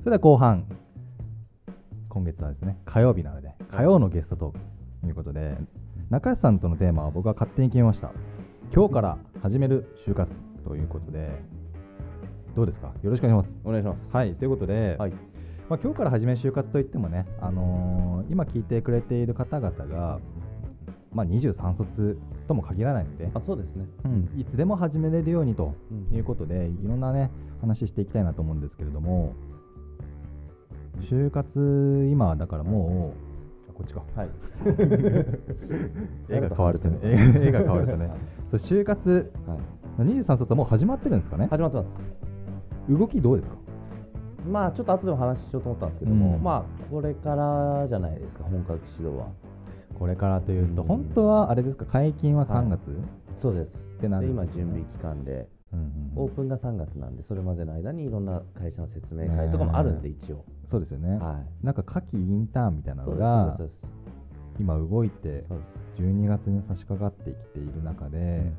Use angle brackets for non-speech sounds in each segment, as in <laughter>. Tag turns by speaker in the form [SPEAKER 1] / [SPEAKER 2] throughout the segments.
[SPEAKER 1] それでは後半、今月はですね、火曜日なので、火曜のゲストトークということで、中安さんとのテーマは僕が勝手に決めました。今日から始める就活ということで、どうですかよろしくお願いします。
[SPEAKER 2] お願いします。
[SPEAKER 1] はい、ということで、
[SPEAKER 2] はい
[SPEAKER 1] まあ、今日から始める就活といってもね、あのー今聞いてくれている方々が、まあ、23卒とも限らないので、
[SPEAKER 2] あ、そうですね。
[SPEAKER 1] うん、いつでも始めれるようにと
[SPEAKER 2] うん
[SPEAKER 1] いうことで、いろんなね、話していきたいなと思うんですけれども、就活、今、だからもう、あこっちか。
[SPEAKER 2] <laughs> はい。
[SPEAKER 1] 絵が変わるとね、<laughs>
[SPEAKER 2] 誰と話してるの
[SPEAKER 1] 絵が変わるとね
[SPEAKER 2] はい。
[SPEAKER 1] そう就活、
[SPEAKER 2] はい。
[SPEAKER 1] 23卒はもう始まってるんですかね、
[SPEAKER 2] 始まってます。
[SPEAKER 1] 動きどうですか
[SPEAKER 2] まあ、ちょっと後でも話しようと思ったんですけども、
[SPEAKER 1] うん
[SPEAKER 2] まあ、これからじゃないですか、本格指導は。
[SPEAKER 1] これからというと、
[SPEAKER 2] うん
[SPEAKER 1] 本当はあれですか、解禁は
[SPEAKER 2] はい
[SPEAKER 1] 3月、
[SPEAKER 2] そうです。
[SPEAKER 1] で
[SPEAKER 2] で、
[SPEAKER 1] なる
[SPEAKER 2] 今、準備期間で、
[SPEAKER 1] うんうんうん
[SPEAKER 2] オープンが3月なんで、それまでの間にいろんな会社の説明会とかもあるんで、一応。
[SPEAKER 1] そうですよね、
[SPEAKER 2] は
[SPEAKER 1] なんか夏季インターンみたい
[SPEAKER 2] い。
[SPEAKER 1] な
[SPEAKER 2] そ
[SPEAKER 1] の
[SPEAKER 2] う
[SPEAKER 1] が
[SPEAKER 2] です。
[SPEAKER 1] 今動いて
[SPEAKER 2] そうです。そうです。そうです
[SPEAKER 1] 12月に差し掛かってきている中で、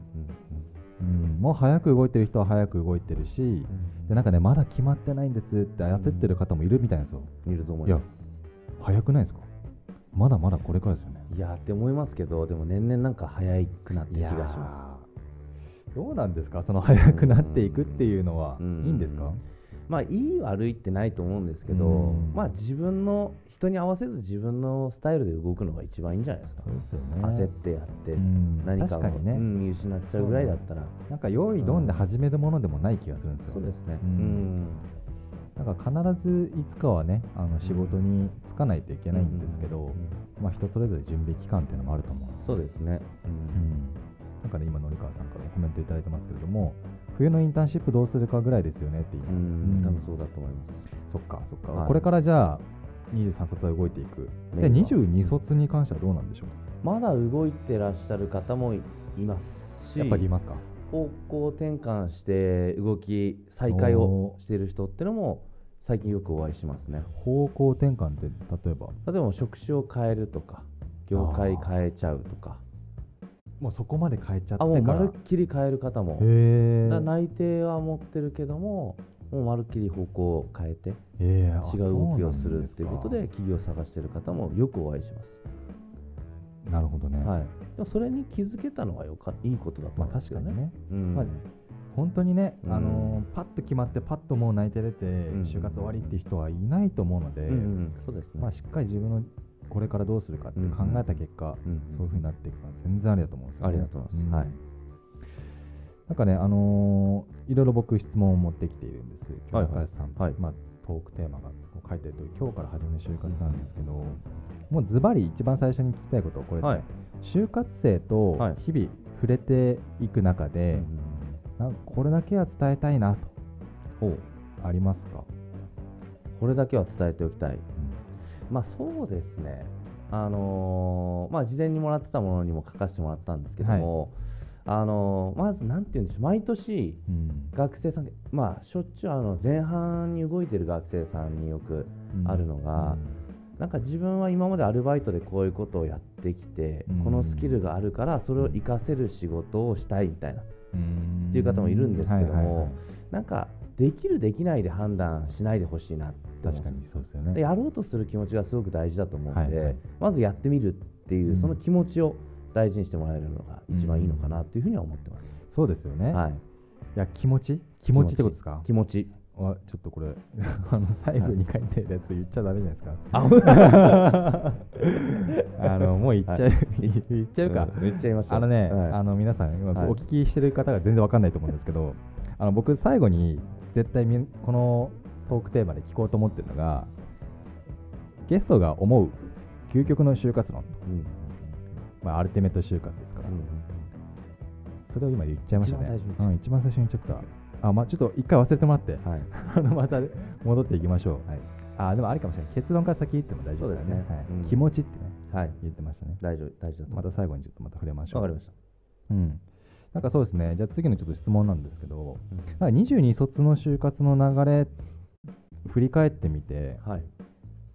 [SPEAKER 2] うん
[SPEAKER 1] うん、もう早く動いてる人は早く動いてるしでなんかねまだ決まってないんですって焦ってる方もいるみたいなんですよ、
[SPEAKER 2] うんいると思
[SPEAKER 1] い
[SPEAKER 2] い
[SPEAKER 1] や
[SPEAKER 2] ます。
[SPEAKER 1] 早くないですかまだまだこれからですよね
[SPEAKER 2] いやーって思いますけど、でも年々なんか早くなってる気がします。
[SPEAKER 1] すどうなんですかその早くなっていくっていうのは
[SPEAKER 2] う
[SPEAKER 1] いい
[SPEAKER 2] ん
[SPEAKER 1] んですか、
[SPEAKER 2] まあ、いい悪いってないと思うんですけど、
[SPEAKER 1] うん
[SPEAKER 2] まあ、自分の人に合わせず自分のスタイルで動くのが一番いいんじゃないですか、
[SPEAKER 1] そうですよ
[SPEAKER 2] 焦っ
[SPEAKER 1] ね
[SPEAKER 2] てやって、
[SPEAKER 1] うん
[SPEAKER 2] 何かを
[SPEAKER 1] 確かにね
[SPEAKER 2] うん見失っちゃうぐらいだったら
[SPEAKER 1] なんか用意どんで始めるものでもない気がするんですよ、
[SPEAKER 2] そうですね
[SPEAKER 1] う
[SPEAKER 2] うんん、
[SPEAKER 1] なんか必ずいつかはねあの仕事に就かないといけないんですけど、
[SPEAKER 2] うん
[SPEAKER 1] まあ、人それぞれ準備期間っていうのもあると思うんです、
[SPEAKER 2] そうですね、う
[SPEAKER 1] うんん、なんかね今紀川さんからもコメントいただいてますけれども冬のインターンシップどうするかぐらいですよねっていう、
[SPEAKER 2] うん
[SPEAKER 1] うん
[SPEAKER 2] 多分そうだと思います
[SPEAKER 1] そっかそっか、
[SPEAKER 2] はい
[SPEAKER 1] これからじゃあ23卒は動いていくで
[SPEAKER 2] メインは
[SPEAKER 1] 22卒に関してはどうなんでしょう
[SPEAKER 2] まだ動いてらっしゃる方もいますし
[SPEAKER 1] やっぱりいますか
[SPEAKER 2] 方向転換して動き再開をしている人ってのも最近よくお会いしますね
[SPEAKER 1] 方向転換って例えば
[SPEAKER 2] 例えば職種を変えるとか業界変えちゃうとか
[SPEAKER 1] もうそこまで変えちゃってから
[SPEAKER 2] あもうまるっきり変える方も
[SPEAKER 1] へえ
[SPEAKER 2] だ内定は持ってるけどももうまるっきり方向を変えて
[SPEAKER 1] ええあ
[SPEAKER 2] 違う動きをす
[SPEAKER 1] そうなん
[SPEAKER 2] る
[SPEAKER 1] で
[SPEAKER 2] っていうことで
[SPEAKER 1] か
[SPEAKER 2] 企業を探してる方もよくお会いします、
[SPEAKER 1] なるほどね、
[SPEAKER 2] はい、でもそれに気づけたのはよかいいことだと
[SPEAKER 1] ま
[SPEAKER 2] 思
[SPEAKER 1] あ
[SPEAKER 2] うんです
[SPEAKER 1] 確
[SPEAKER 2] け
[SPEAKER 1] か
[SPEAKER 2] ど
[SPEAKER 1] に
[SPEAKER 2] ね、
[SPEAKER 1] ね
[SPEAKER 2] うん
[SPEAKER 1] まあ本当にね、
[SPEAKER 2] うん
[SPEAKER 1] あのーパッと決まってパッともう内定出て、
[SPEAKER 2] ん
[SPEAKER 1] 就活終わりっていう人はいないと思うので、
[SPEAKER 2] うんうんそうですね、
[SPEAKER 1] まあ、しっかり自分のこれからどうするかって考えた結果、
[SPEAKER 2] うん
[SPEAKER 1] そういうふうになっていくのは全然ありだと思うんですよ、ね、
[SPEAKER 2] ありだと思います
[SPEAKER 1] ん
[SPEAKER 2] はい
[SPEAKER 1] なんかね、あのーいろいろ僕質問を持ってきているんです今
[SPEAKER 2] はい
[SPEAKER 1] 日高橋さん、
[SPEAKER 2] はい
[SPEAKER 1] まあ、トークテーマが書いてると今日から始める就活なんですけど、もうズバリ一番最初に聞きたいことはこれですね、
[SPEAKER 2] はい
[SPEAKER 1] 就活生と
[SPEAKER 2] はい
[SPEAKER 1] 日々触れていく中で、
[SPEAKER 2] うんうん
[SPEAKER 1] なんかこれだけは伝えたいなと
[SPEAKER 2] ほう
[SPEAKER 1] ありますか、
[SPEAKER 2] これだけは伝えておきたいまあそうですね、あのーまあ、事前にもらってたものにも書かせてもらったんですけども、あのーまず、なんて言うんでしょう、毎年、
[SPEAKER 1] うん
[SPEAKER 2] 学生さん、まあ、しょっちゅうあの前半に動いてる学生さんによくあるのが、なんか自分は今までアルバイトでこういうことをやってきて、
[SPEAKER 1] うん
[SPEAKER 2] このスキルがあるから、それを活かせる仕事をしたいみたいな、
[SPEAKER 1] うん
[SPEAKER 2] っていう方もいるんですけども
[SPEAKER 1] はいはいはい
[SPEAKER 2] なんか、できる、できないで判断しないでほしいなって思うん
[SPEAKER 1] 確
[SPEAKER 2] ですよ
[SPEAKER 1] かにそうですよ
[SPEAKER 2] で
[SPEAKER 1] ね。
[SPEAKER 2] やろうとする気持ちがすごく大事だと思うので、
[SPEAKER 1] はいはい
[SPEAKER 2] まずやってみるっていううんその気持ちを大事にしてもらえるのが一番いいのかなというふうには思ってます、
[SPEAKER 1] そうですよね。い、
[SPEAKER 2] はい、
[SPEAKER 1] や気持ち気持ちってことですか？
[SPEAKER 2] 気持ち
[SPEAKER 1] あちょっとこれ <laughs> あの最後に書いてるやつ言っちゃダメじゃないですか？あのもう言っちゃう、
[SPEAKER 2] は
[SPEAKER 1] 言っちゃうか。
[SPEAKER 2] うん言っちゃいました
[SPEAKER 1] あのね、
[SPEAKER 2] はい
[SPEAKER 1] あの皆さん今
[SPEAKER 2] はい
[SPEAKER 1] お聞きしてる方が全然わかんないと思うんですけど、あの僕最後に絶対みこのトークテーマで聞こうと思ってるのがゲストが思う究極の就活論、
[SPEAKER 2] うん
[SPEAKER 1] まあ、アルティメット就活ですから、それを今言っちゃいましたね
[SPEAKER 2] 一番最初に言っちゃ
[SPEAKER 1] うん、一番最初に言
[SPEAKER 2] った
[SPEAKER 1] っちゃったあまあちょっと一回忘れてもらって <laughs>
[SPEAKER 2] うんはい、
[SPEAKER 1] あのまた戻っていきましょう、はい、あでもあれかもしれない結論から先言っても大事ですからね
[SPEAKER 2] そうですね
[SPEAKER 1] はい
[SPEAKER 2] うん
[SPEAKER 1] 気持ちってね
[SPEAKER 2] はい、
[SPEAKER 1] 言ってましたね
[SPEAKER 2] 大丈夫大丈夫だと
[SPEAKER 1] ま
[SPEAKER 2] 思
[SPEAKER 1] た
[SPEAKER 2] い
[SPEAKER 1] 最後にちょっとまた触れま
[SPEAKER 2] ます
[SPEAKER 1] しょ
[SPEAKER 2] わ
[SPEAKER 1] う
[SPEAKER 2] かりました、
[SPEAKER 1] うん、なんかそうですね、じゃあ次のちょっと質問なんですけど、なんか22卒の就活の流れ、振り返ってみて、
[SPEAKER 2] はい、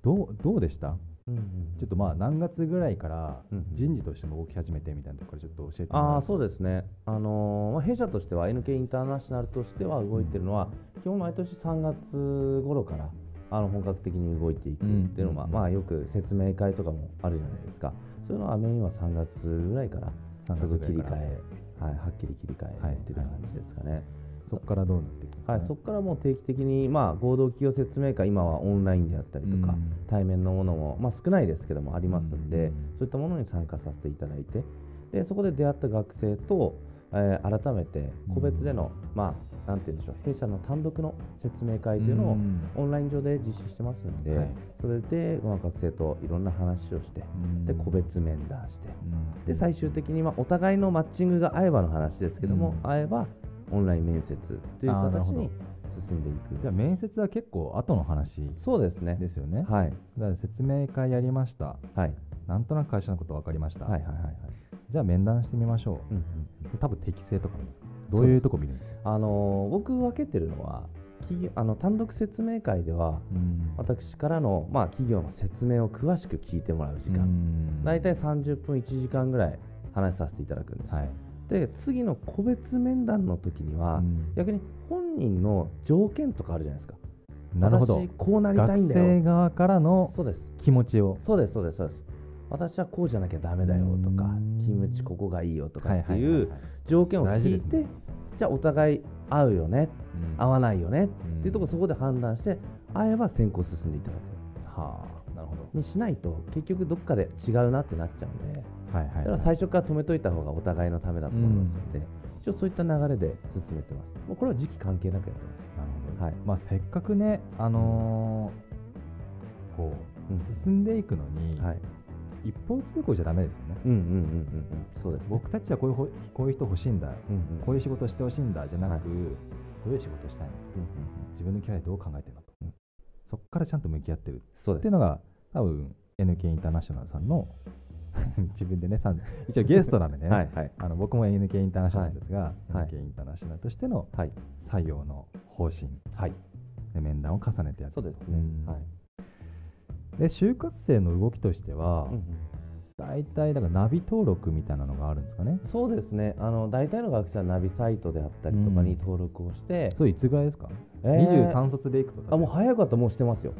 [SPEAKER 1] どうどうでしたちょっ
[SPEAKER 2] と
[SPEAKER 1] とまあ、何月ぐらいから
[SPEAKER 2] うんうん
[SPEAKER 1] 人事としても動き始めてみたいなところからちょっと教えてもら
[SPEAKER 2] あ
[SPEAKER 1] え
[SPEAKER 2] あ
[SPEAKER 1] ますか
[SPEAKER 2] そうですね、あのーまあ、弊社としては NK インターナショナルとしては動いてるのは、基本毎年3月頃からあの本格的に動いていくっていうのは、
[SPEAKER 1] うんうんうん
[SPEAKER 2] まあ、よく説明会とかもあるじゃないですかそういうのはメインは3月ぐらいからちょっと切り替え、はい、はっきり切り替えっていう感じですかね。
[SPEAKER 1] そこからどうなっていくんですか、
[SPEAKER 2] はい、そこからもう定期的に、まあ、合同企業説明会、今はオンラインであったりとか、
[SPEAKER 1] うん
[SPEAKER 2] 対面のものも、まあ、少ないですけどもありますんで、
[SPEAKER 1] うん
[SPEAKER 2] そういったものに参加させていただいて、でそこで出会った学生と、えー改めて個別での、まあ、なんて言うんでしょう、弊社の単独の説明会というのを、
[SPEAKER 1] うん
[SPEAKER 2] オンライン上で実施してますんで、
[SPEAKER 1] はい
[SPEAKER 2] それで、まあ、学生といろんな話をして、で個別面談して、で最終的にまあお互いのマッチングが合えばの話ですけども、
[SPEAKER 1] うん
[SPEAKER 2] 合えばオンライン面接という
[SPEAKER 1] あーなる
[SPEAKER 2] 形
[SPEAKER 1] ほど
[SPEAKER 2] に進んでいく
[SPEAKER 1] じゃあ面接は結構後の話
[SPEAKER 2] そうですね
[SPEAKER 1] ですよね。
[SPEAKER 2] はい
[SPEAKER 1] だから説明会やりました。
[SPEAKER 2] はい
[SPEAKER 1] なんとなく会社のこと分かりました。
[SPEAKER 2] はいはいはいはい、
[SPEAKER 1] じゃあ面談してみましょ
[SPEAKER 2] うんうん、
[SPEAKER 1] う。多分適性とか見ますどういうとこ見るんですか
[SPEAKER 2] あのー僕分けてるのは企業あの単独説明会では
[SPEAKER 1] うん
[SPEAKER 2] 私からの、まあ、企業の説明を詳しく聞いてもらう時
[SPEAKER 1] う
[SPEAKER 2] 間
[SPEAKER 1] ん
[SPEAKER 2] 大体30分1時間ぐらい話させていただくんです、
[SPEAKER 1] はい。
[SPEAKER 2] で次の個別面談の時には、
[SPEAKER 1] うん
[SPEAKER 2] 逆に本人の条件とかあるじゃないですか
[SPEAKER 1] なるほど
[SPEAKER 2] 私。こうなりたいん
[SPEAKER 1] 学
[SPEAKER 2] だよ
[SPEAKER 1] 生側からの
[SPEAKER 2] そうです
[SPEAKER 1] 気持ちを。
[SPEAKER 2] そうですそうですそうです私はこうじゃなきゃダメだよとか
[SPEAKER 1] うん
[SPEAKER 2] 勤務地ここがいいよとか
[SPEAKER 1] はい
[SPEAKER 2] って
[SPEAKER 1] はいはいいうはい
[SPEAKER 2] 条件を
[SPEAKER 1] 大事
[SPEAKER 2] 聞
[SPEAKER 1] で
[SPEAKER 2] い
[SPEAKER 1] す
[SPEAKER 2] て
[SPEAKER 1] ね
[SPEAKER 2] じゃあお互い合うよね
[SPEAKER 1] うん
[SPEAKER 2] 合わないよねっていうとこ
[SPEAKER 1] うん
[SPEAKER 2] そこで判断して合えば先行進んでいただく
[SPEAKER 1] はあ、なるほど。
[SPEAKER 2] にしないと結局どっかで違うなってなっちゃうんで
[SPEAKER 1] はいは
[SPEAKER 2] だ
[SPEAKER 1] い
[SPEAKER 2] か
[SPEAKER 1] は
[SPEAKER 2] ら
[SPEAKER 1] い。
[SPEAKER 2] 最初から止めといた方がお互いのためだと思いますので一応そういった流れで進めてますもうこれは時期関係なくやってます
[SPEAKER 1] なるほど、
[SPEAKER 2] はい
[SPEAKER 1] まあ、せっかくね、あのーこ
[SPEAKER 2] うん
[SPEAKER 1] う進んでいくのに、
[SPEAKER 2] はい
[SPEAKER 1] 一方通行じゃダメですよね。
[SPEAKER 2] うんうんうんうんうんそうです
[SPEAKER 1] 僕たちはこういうほこういう人欲しいんだ、
[SPEAKER 2] うんうん
[SPEAKER 1] こういう仕事してほしいんだじゃなく、
[SPEAKER 2] はい
[SPEAKER 1] どういう仕事したいの、
[SPEAKER 2] うんうんうん
[SPEAKER 1] 自分のキャリアどう考えてるのと、そこからちゃんと向き合ってる
[SPEAKER 2] そうで
[SPEAKER 1] っ
[SPEAKER 2] す
[SPEAKER 1] ていうのが、多分 NK インターナショナルさんの <laughs> 自分でね、さん一応ゲストなんでね、
[SPEAKER 2] はいはい
[SPEAKER 1] あの僕も NK インターナショナルですが、
[SPEAKER 2] はいはい
[SPEAKER 1] NK インターナショナルとしての
[SPEAKER 2] はい
[SPEAKER 1] 採用の方針、
[SPEAKER 2] はい
[SPEAKER 1] で面談を重ねてやって
[SPEAKER 2] そうです
[SPEAKER 1] う
[SPEAKER 2] ね
[SPEAKER 1] ん
[SPEAKER 2] はい
[SPEAKER 1] で就活生の動きとしては、
[SPEAKER 2] うんうん
[SPEAKER 1] 大体だからナビ登録みたいなのがあるんですかね
[SPEAKER 2] そうですねあの大体の学生はナビサイトであったりとか
[SPEAKER 1] う
[SPEAKER 2] に
[SPEAKER 1] ん
[SPEAKER 2] 登録をして、
[SPEAKER 1] それいつぐらいですか、
[SPEAKER 2] えー
[SPEAKER 1] 23卒でいくと
[SPEAKER 2] あもう早かったらもうしてますよ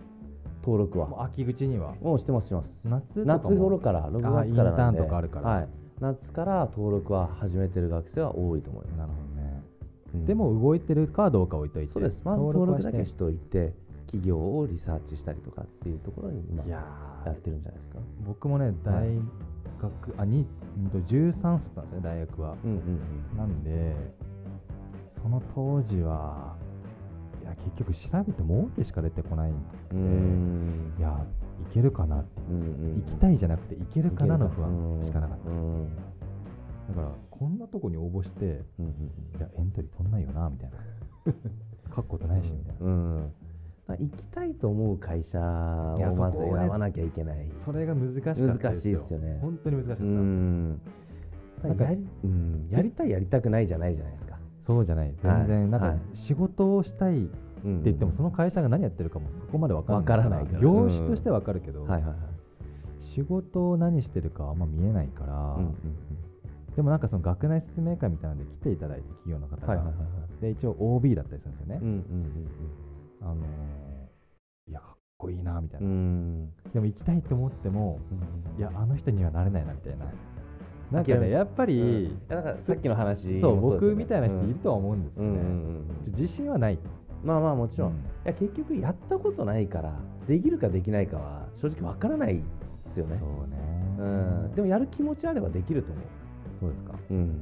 [SPEAKER 2] 登録
[SPEAKER 1] も
[SPEAKER 2] は
[SPEAKER 1] う秋口には
[SPEAKER 2] もうしてますしてます
[SPEAKER 1] 夏とか
[SPEAKER 2] 夏
[SPEAKER 1] も
[SPEAKER 2] 頃から6月からなんで
[SPEAKER 1] インターンとかあるから
[SPEAKER 2] はい、夏から登録は始めてる学生は多いと思い
[SPEAKER 1] な
[SPEAKER 2] ま
[SPEAKER 1] る
[SPEAKER 2] す、
[SPEAKER 1] ほどね、
[SPEAKER 2] うん
[SPEAKER 1] でも動いてるかどうか置いといて
[SPEAKER 2] そうですまず登録だけ
[SPEAKER 1] は
[SPEAKER 2] しといて企業をリサーチしたりとかっていうところに今
[SPEAKER 1] いやー
[SPEAKER 2] やってるんじゃないですか
[SPEAKER 1] 僕もね大
[SPEAKER 2] はい
[SPEAKER 1] 学、あにうんと13卒なんですね大学は
[SPEAKER 2] うんうんうん
[SPEAKER 1] なんでその当時はいや結局調べても大手しか出てこない
[SPEAKER 2] ーん
[SPEAKER 1] いやいけるかなって
[SPEAKER 2] うんうんうん
[SPEAKER 1] 行きたいじゃなくて行けるかなの不安しかなかっ
[SPEAKER 2] うんうん
[SPEAKER 1] ただからこんなとこに応募して
[SPEAKER 2] うんうん
[SPEAKER 1] いやエントリー取んないよなみた
[SPEAKER 2] <laughs>
[SPEAKER 1] いな書くことないしみたいな、
[SPEAKER 2] うん、だから行きたいと思う会社
[SPEAKER 1] いや
[SPEAKER 2] を
[SPEAKER 1] そ
[SPEAKER 2] まず
[SPEAKER 1] こをね
[SPEAKER 2] 選ばなきゃいけない。
[SPEAKER 1] それが難しかったですよ
[SPEAKER 2] 難しいですよね
[SPEAKER 1] 本当に難しかった、
[SPEAKER 2] うん
[SPEAKER 1] なんか
[SPEAKER 2] やりうんやりたいやりたくないじゃないじゃないですか。
[SPEAKER 1] そうじゃない全然、
[SPEAKER 2] はい
[SPEAKER 1] なん
[SPEAKER 2] はい
[SPEAKER 1] か仕事をしたいって
[SPEAKER 2] って
[SPEAKER 1] 言ってもその会社が何やってるかもそこまで分かんない
[SPEAKER 2] わからないから
[SPEAKER 1] 業種としては分かるけど、
[SPEAKER 2] はいはいはい。
[SPEAKER 1] 仕事を何してるかはあんま見えないから、
[SPEAKER 2] うんうん
[SPEAKER 1] でもなんかその学内説明会みたいなので来ていただいて企業の
[SPEAKER 2] う
[SPEAKER 1] 方
[SPEAKER 2] ん
[SPEAKER 1] が、
[SPEAKER 2] はいはいはいは
[SPEAKER 1] で一応 OB だったりするんですよね、
[SPEAKER 2] い。うんうん
[SPEAKER 1] あのーいや、かっこいいなみたい
[SPEAKER 2] うんう
[SPEAKER 1] な、
[SPEAKER 2] ん。
[SPEAKER 1] でも行きたいと思っても、
[SPEAKER 2] うん
[SPEAKER 1] いや、あの人にはなれないなみたいな、なんか
[SPEAKER 2] 諦めちゃう
[SPEAKER 1] ね、やっぱり、
[SPEAKER 2] うんいやだからさっきの話
[SPEAKER 1] そう、
[SPEAKER 2] もですよね
[SPEAKER 1] 僕みたいな人いるとは思うんです
[SPEAKER 2] う
[SPEAKER 1] よ
[SPEAKER 2] んうんうん
[SPEAKER 1] ね。
[SPEAKER 2] うん
[SPEAKER 1] ちょ自信はない、も
[SPEAKER 2] まあまあもちろん、い
[SPEAKER 1] ん、
[SPEAKER 2] や結局やったことないからできるかできないかは正直わからないですよね
[SPEAKER 1] そうね、
[SPEAKER 2] うん、でもやる気持ちあればできると思
[SPEAKER 1] そうですか、
[SPEAKER 2] う、うん、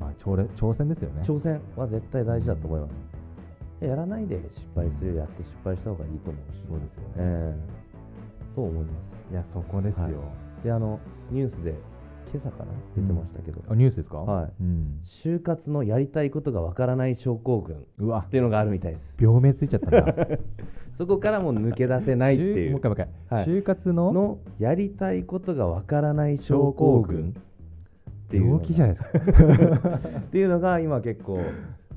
[SPEAKER 1] まあ挑れ、挑戦ですよね。
[SPEAKER 2] 挑戦は絶対大事だと思います、やらないで失敗するよりやって失敗した方がいいと思うし
[SPEAKER 1] そうですよね。
[SPEAKER 2] ええと思いま
[SPEAKER 1] いや、そこですよ。
[SPEAKER 2] はいすであのニュースで今朝かな出てましたけど、
[SPEAKER 1] あニュースですか、
[SPEAKER 2] はい
[SPEAKER 1] うん、
[SPEAKER 2] 就活のやりたいことがわからない症候群
[SPEAKER 1] うわ
[SPEAKER 2] っていうのがあるみたいです
[SPEAKER 1] 病名ついちゃったんだ。
[SPEAKER 2] そこからもう抜け出せ <laughs> ないってい
[SPEAKER 1] もう
[SPEAKER 2] う
[SPEAKER 1] 一回もう一回、
[SPEAKER 2] はい
[SPEAKER 1] 就活の
[SPEAKER 2] のやりたいことがわからない症候群っていうのが
[SPEAKER 1] 病気じゃないですか。 <laughs>
[SPEAKER 2] っていうのが今結構、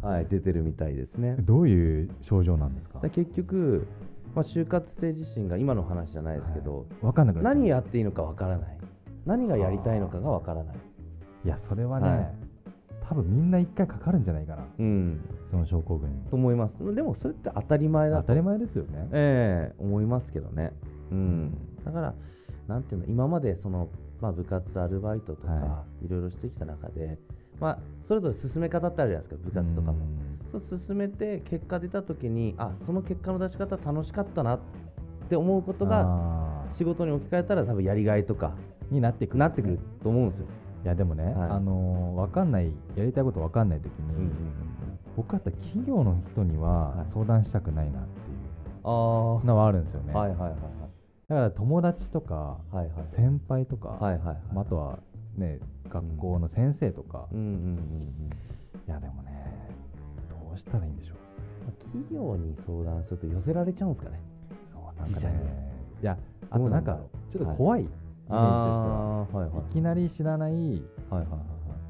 [SPEAKER 2] はい、出てるみたいですね
[SPEAKER 1] どういう症状なんですか
[SPEAKER 2] で結局、まあ、就活生自身が今の話じゃないですけど、
[SPEAKER 1] 分かんなくなっちゃう
[SPEAKER 2] 何やっていいのかわからない何がやりたいのかがわからない
[SPEAKER 1] いやそれはね、
[SPEAKER 2] はい
[SPEAKER 1] 多分みんな一回かかるんじゃないかな
[SPEAKER 2] うん、
[SPEAKER 1] その症候群に
[SPEAKER 2] と思いますでもそれって当たり前だ
[SPEAKER 1] 当
[SPEAKER 2] と、
[SPEAKER 1] たり前ですよね、
[SPEAKER 2] ええ思いますけどね、うん、だからなんていうの今までその、まあ、部活アルバイトとか、、
[SPEAKER 1] はい
[SPEAKER 2] ろいろしてきた中で、まあ、それぞれ進め方ってあるじゃないですか部活とかも。そう進めて結果出た時にあその結果の出し方楽しかったなって思うことが
[SPEAKER 1] が
[SPEAKER 2] 仕事に置き換えたら多分やりがいとか
[SPEAKER 1] になってくるんですね、
[SPEAKER 2] なってくると思うんですよ。
[SPEAKER 1] いやでもね、
[SPEAKER 2] はい
[SPEAKER 1] あの分かんないやりたいこと分かんない時に、僕だったら企業の人には
[SPEAKER 2] はい
[SPEAKER 1] 相談したくないなってい
[SPEAKER 2] ああ、は
[SPEAKER 1] うのはあるんですよ
[SPEAKER 2] い
[SPEAKER 1] ね、
[SPEAKER 2] はいはいはい
[SPEAKER 1] だから友達とか
[SPEAKER 2] はいはい
[SPEAKER 1] 先輩とか、
[SPEAKER 2] はいはいはい
[SPEAKER 1] まああとはね学校の先生とか、
[SPEAKER 2] うんうんうんうん
[SPEAKER 1] いやでもねどうしたらいいんでしょう
[SPEAKER 2] まあ企業に相談すると寄せられちゃうんですかね。
[SPEAKER 1] そうなん
[SPEAKER 2] 自
[SPEAKER 1] か
[SPEAKER 2] 社に
[SPEAKER 1] ねいやあ
[SPEAKER 2] ど
[SPEAKER 1] と
[SPEAKER 2] うな
[SPEAKER 1] なんん
[SPEAKER 2] だ
[SPEAKER 1] か
[SPEAKER 2] ろ
[SPEAKER 1] ちょっと怖いイメージとしては、
[SPEAKER 2] あーはいはい
[SPEAKER 1] い、きなり知らないい
[SPEAKER 2] はいはい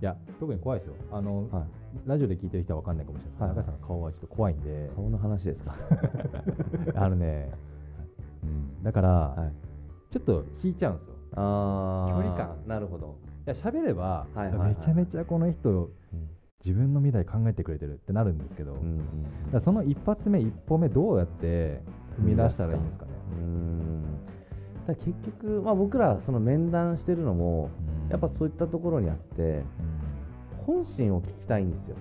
[SPEAKER 1] や特に怖いですよあの、
[SPEAKER 2] はいは
[SPEAKER 1] ラジオで聞いてる人は分かんないかもしれないですけど、
[SPEAKER 2] はい
[SPEAKER 1] 中井さんの顔はちょっと怖いんで
[SPEAKER 2] い。顔の話ですか。
[SPEAKER 1] あのね、うん、だから、
[SPEAKER 2] はい。
[SPEAKER 1] ちょっと引いちゃうんですよ。
[SPEAKER 2] ああ
[SPEAKER 1] 距離感
[SPEAKER 2] なるほど。
[SPEAKER 1] いや喋れば、
[SPEAKER 2] はいはいはい
[SPEAKER 1] めちゃめちゃこの人
[SPEAKER 2] うん
[SPEAKER 1] 自分の未来考えてくれてるってなるんですけど、
[SPEAKER 2] うんうん
[SPEAKER 1] だからその一発目一歩目どうやって踏み出したらいいんですかね。
[SPEAKER 2] うんだから結局、まあ、僕らその面談してるのも
[SPEAKER 1] うん
[SPEAKER 2] やっぱそういったところにあって
[SPEAKER 1] うん
[SPEAKER 2] 本心を聞きたいんですよ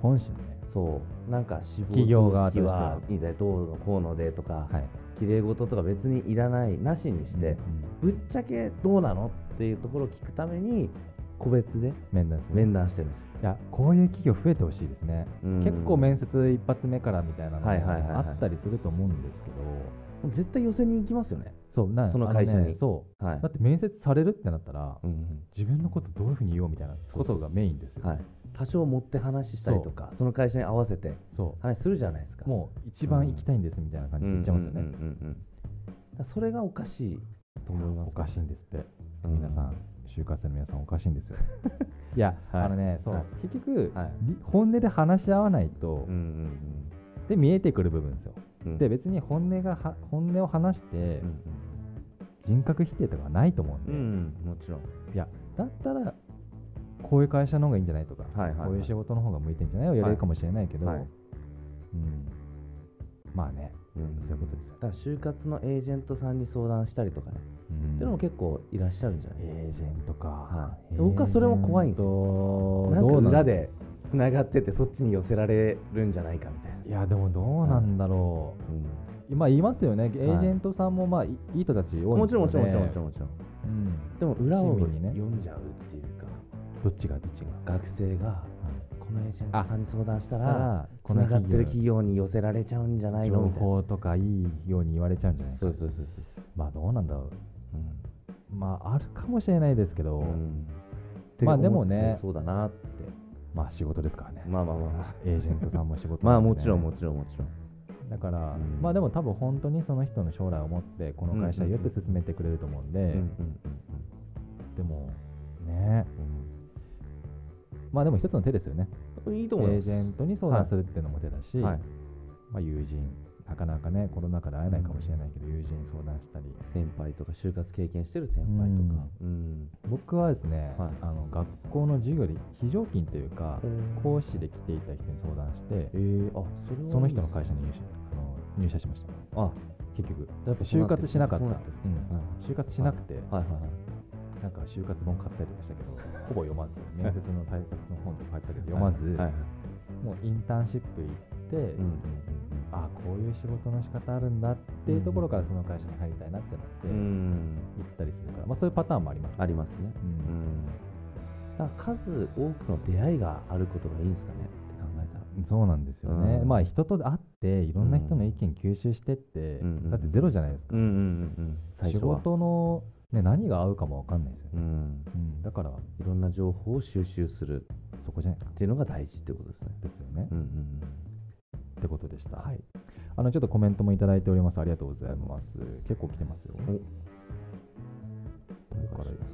[SPEAKER 1] 本心ね。
[SPEAKER 2] そうなんか志望
[SPEAKER 1] 企業側と
[SPEAKER 2] 動機
[SPEAKER 1] しては
[SPEAKER 2] はみたいなどうのこうのでとか、
[SPEAKER 1] はい。
[SPEAKER 2] 綺麗事とか別にいらないなしにして、
[SPEAKER 1] うん
[SPEAKER 2] ぶっちゃけどうなのっていうところを聞くために個別で
[SPEAKER 1] 面談する。
[SPEAKER 2] 面談してるんですよ、
[SPEAKER 1] いやこういう企業増えてほしいですね。
[SPEAKER 2] うん
[SPEAKER 1] 結構面接一発目からみたいなのも
[SPEAKER 2] はいはいはいはい
[SPEAKER 1] あったりすると思うんですけど、
[SPEAKER 2] 絶対寄せに行きますよね
[SPEAKER 1] そうな
[SPEAKER 2] その会社に
[SPEAKER 1] あねそ
[SPEAKER 2] は
[SPEAKER 1] う
[SPEAKER 2] い
[SPEAKER 1] だって面接されるってなったら
[SPEAKER 2] うんうん
[SPEAKER 1] 自分のことどういうふうに言おうみたいなことがメインですよ。
[SPEAKER 2] はい、多少持って話したりとかその会社に合わせて
[SPEAKER 1] そう
[SPEAKER 2] 話するじゃないですか
[SPEAKER 1] もう一番行きたいんですみたいな感じで言っちゃいますよね。
[SPEAKER 2] うんうんうんうんだからそれがおかしいと思います、
[SPEAKER 1] おかしいんですって、
[SPEAKER 2] う
[SPEAKER 1] 皆さん、就活生の皆さん、おかしいんですよ。いや、
[SPEAKER 2] はい
[SPEAKER 1] あのね、そう、
[SPEAKER 2] はい
[SPEAKER 1] 結局、
[SPEAKER 2] はい
[SPEAKER 1] り本音で話し合わないと、
[SPEAKER 2] うん
[SPEAKER 1] で、見えてくる部分ですよ。
[SPEAKER 2] うんうん
[SPEAKER 1] で、別に本音がは、本音を話して
[SPEAKER 2] う、ん
[SPEAKER 1] 人格否定とかはないと思うんで、
[SPEAKER 2] うん、うんもちろん
[SPEAKER 1] いや、だったら、こういう会社の方がいいんじゃないとか、
[SPEAKER 2] はいはいはい
[SPEAKER 1] こういう仕事の方が向いてんじゃないを言われるかもしれないけど、
[SPEAKER 2] はいはい
[SPEAKER 1] うん、まあね、
[SPEAKER 2] うん
[SPEAKER 1] そういうことですよ。
[SPEAKER 2] だから就活のエージェントさんに相談したりとかね、
[SPEAKER 1] うん
[SPEAKER 2] っていうのも結構いらっしゃるんじゃない、
[SPEAKER 1] エージェントか、
[SPEAKER 2] い僕はそれも怖いんですよ
[SPEAKER 1] よ
[SPEAKER 2] なんか裏でつながっててそっちに寄せられるんじゃないかみたいな、
[SPEAKER 1] いやでもどうなんだろう、
[SPEAKER 2] う
[SPEAKER 1] 今言いますよねエージェントさんもまあいいい人たち多い
[SPEAKER 2] も
[SPEAKER 1] んで
[SPEAKER 2] ち
[SPEAKER 1] すよね
[SPEAKER 2] ろんもちろんもちろんもちろんもちろん
[SPEAKER 1] うん
[SPEAKER 2] でも裏を
[SPEAKER 1] 親身にね
[SPEAKER 2] 読んじゃうっていうか
[SPEAKER 1] どっちがどっちが
[SPEAKER 2] 学生がこのエージェントさんに相談したら
[SPEAKER 1] あ
[SPEAKER 2] つながってる企業に寄せられちゃうんじゃないの
[SPEAKER 1] 情
[SPEAKER 2] みたいな
[SPEAKER 1] 報とかいいように言われちゃうんじゃないです
[SPEAKER 2] そ
[SPEAKER 1] か
[SPEAKER 2] うそうそうそう
[SPEAKER 1] まあどうなんだろうまああるかもしれないですけど、
[SPEAKER 2] うん
[SPEAKER 1] まあでもね
[SPEAKER 2] そうだなって
[SPEAKER 1] まあ仕事ですからね、
[SPEAKER 2] まあ <laughs> まあまあまあ
[SPEAKER 1] エージェントさんも仕事
[SPEAKER 2] ま
[SPEAKER 1] な
[SPEAKER 2] あ
[SPEAKER 1] でね
[SPEAKER 2] もちろんもちろんもちろん
[SPEAKER 1] だから、
[SPEAKER 2] うん
[SPEAKER 1] まあでも多分本当にその人の将来を持ってこの会社によって進めてくれると思うんで、
[SPEAKER 2] うんうん
[SPEAKER 1] でもね
[SPEAKER 2] うん
[SPEAKER 1] まあでも一つの手ですよね
[SPEAKER 2] うんいいと
[SPEAKER 1] エ
[SPEAKER 2] 思い
[SPEAKER 1] ー
[SPEAKER 2] ます
[SPEAKER 1] ジェントに相談するっていうのも手だし、
[SPEAKER 2] はい
[SPEAKER 1] まあ、友人なかなかねコロナ禍で会えないかもしれないけど、友人に相談したり
[SPEAKER 2] 先輩とか就活経験してる先輩とかうん
[SPEAKER 1] 僕はですね、
[SPEAKER 2] はい
[SPEAKER 1] あの学校の授業で非常勤というか、
[SPEAKER 2] うん
[SPEAKER 1] 講師で来ていた人に相談して、
[SPEAKER 2] えーあそれは
[SPEAKER 1] その人の会社に入社あの入社しました
[SPEAKER 2] あ
[SPEAKER 1] 結局
[SPEAKER 2] やっぱ
[SPEAKER 1] 就活しなかった
[SPEAKER 2] そうってる
[SPEAKER 1] うん就活しなくて、
[SPEAKER 2] はいはいはい
[SPEAKER 1] なんか就活本買ったりとか
[SPEAKER 2] <laughs>
[SPEAKER 1] したけどほぼ読まず面接の対策の本とか入ったけど読まず、
[SPEAKER 2] はいはい
[SPEAKER 1] もうインターンシップ行って、
[SPEAKER 2] うんうん
[SPEAKER 1] あこういう仕事の仕方あるんだっていうところからその会社に入りたいなってなって、
[SPEAKER 2] うんうん
[SPEAKER 1] 行ったりするから、まあ、そういうパターンもあります、
[SPEAKER 2] ありますね
[SPEAKER 1] う
[SPEAKER 2] うんんだから数多くの出会いがあることがいいんですかねって考えたら
[SPEAKER 1] そうなんですよね、
[SPEAKER 2] うん
[SPEAKER 1] まあ人と会っていろんな人の意見吸収してって、
[SPEAKER 2] うんうん
[SPEAKER 1] だってゼロじゃないですか、
[SPEAKER 2] うんうんうんうん最
[SPEAKER 1] 仕
[SPEAKER 2] 初は
[SPEAKER 1] 事の、ね、何が合うかも分かんないですよ
[SPEAKER 2] う
[SPEAKER 1] ね、
[SPEAKER 2] ん
[SPEAKER 1] うんだから
[SPEAKER 2] いろんな情報を収集する
[SPEAKER 1] そこじゃないですか
[SPEAKER 2] っていうのが大事ってことですね
[SPEAKER 1] ですよね、
[SPEAKER 2] うん
[SPEAKER 1] ってことでした、
[SPEAKER 2] はい
[SPEAKER 1] あのちょっとコメントもいただいておりますありがとうございます結構来てますよ
[SPEAKER 2] うんうん
[SPEAKER 1] これからいかないか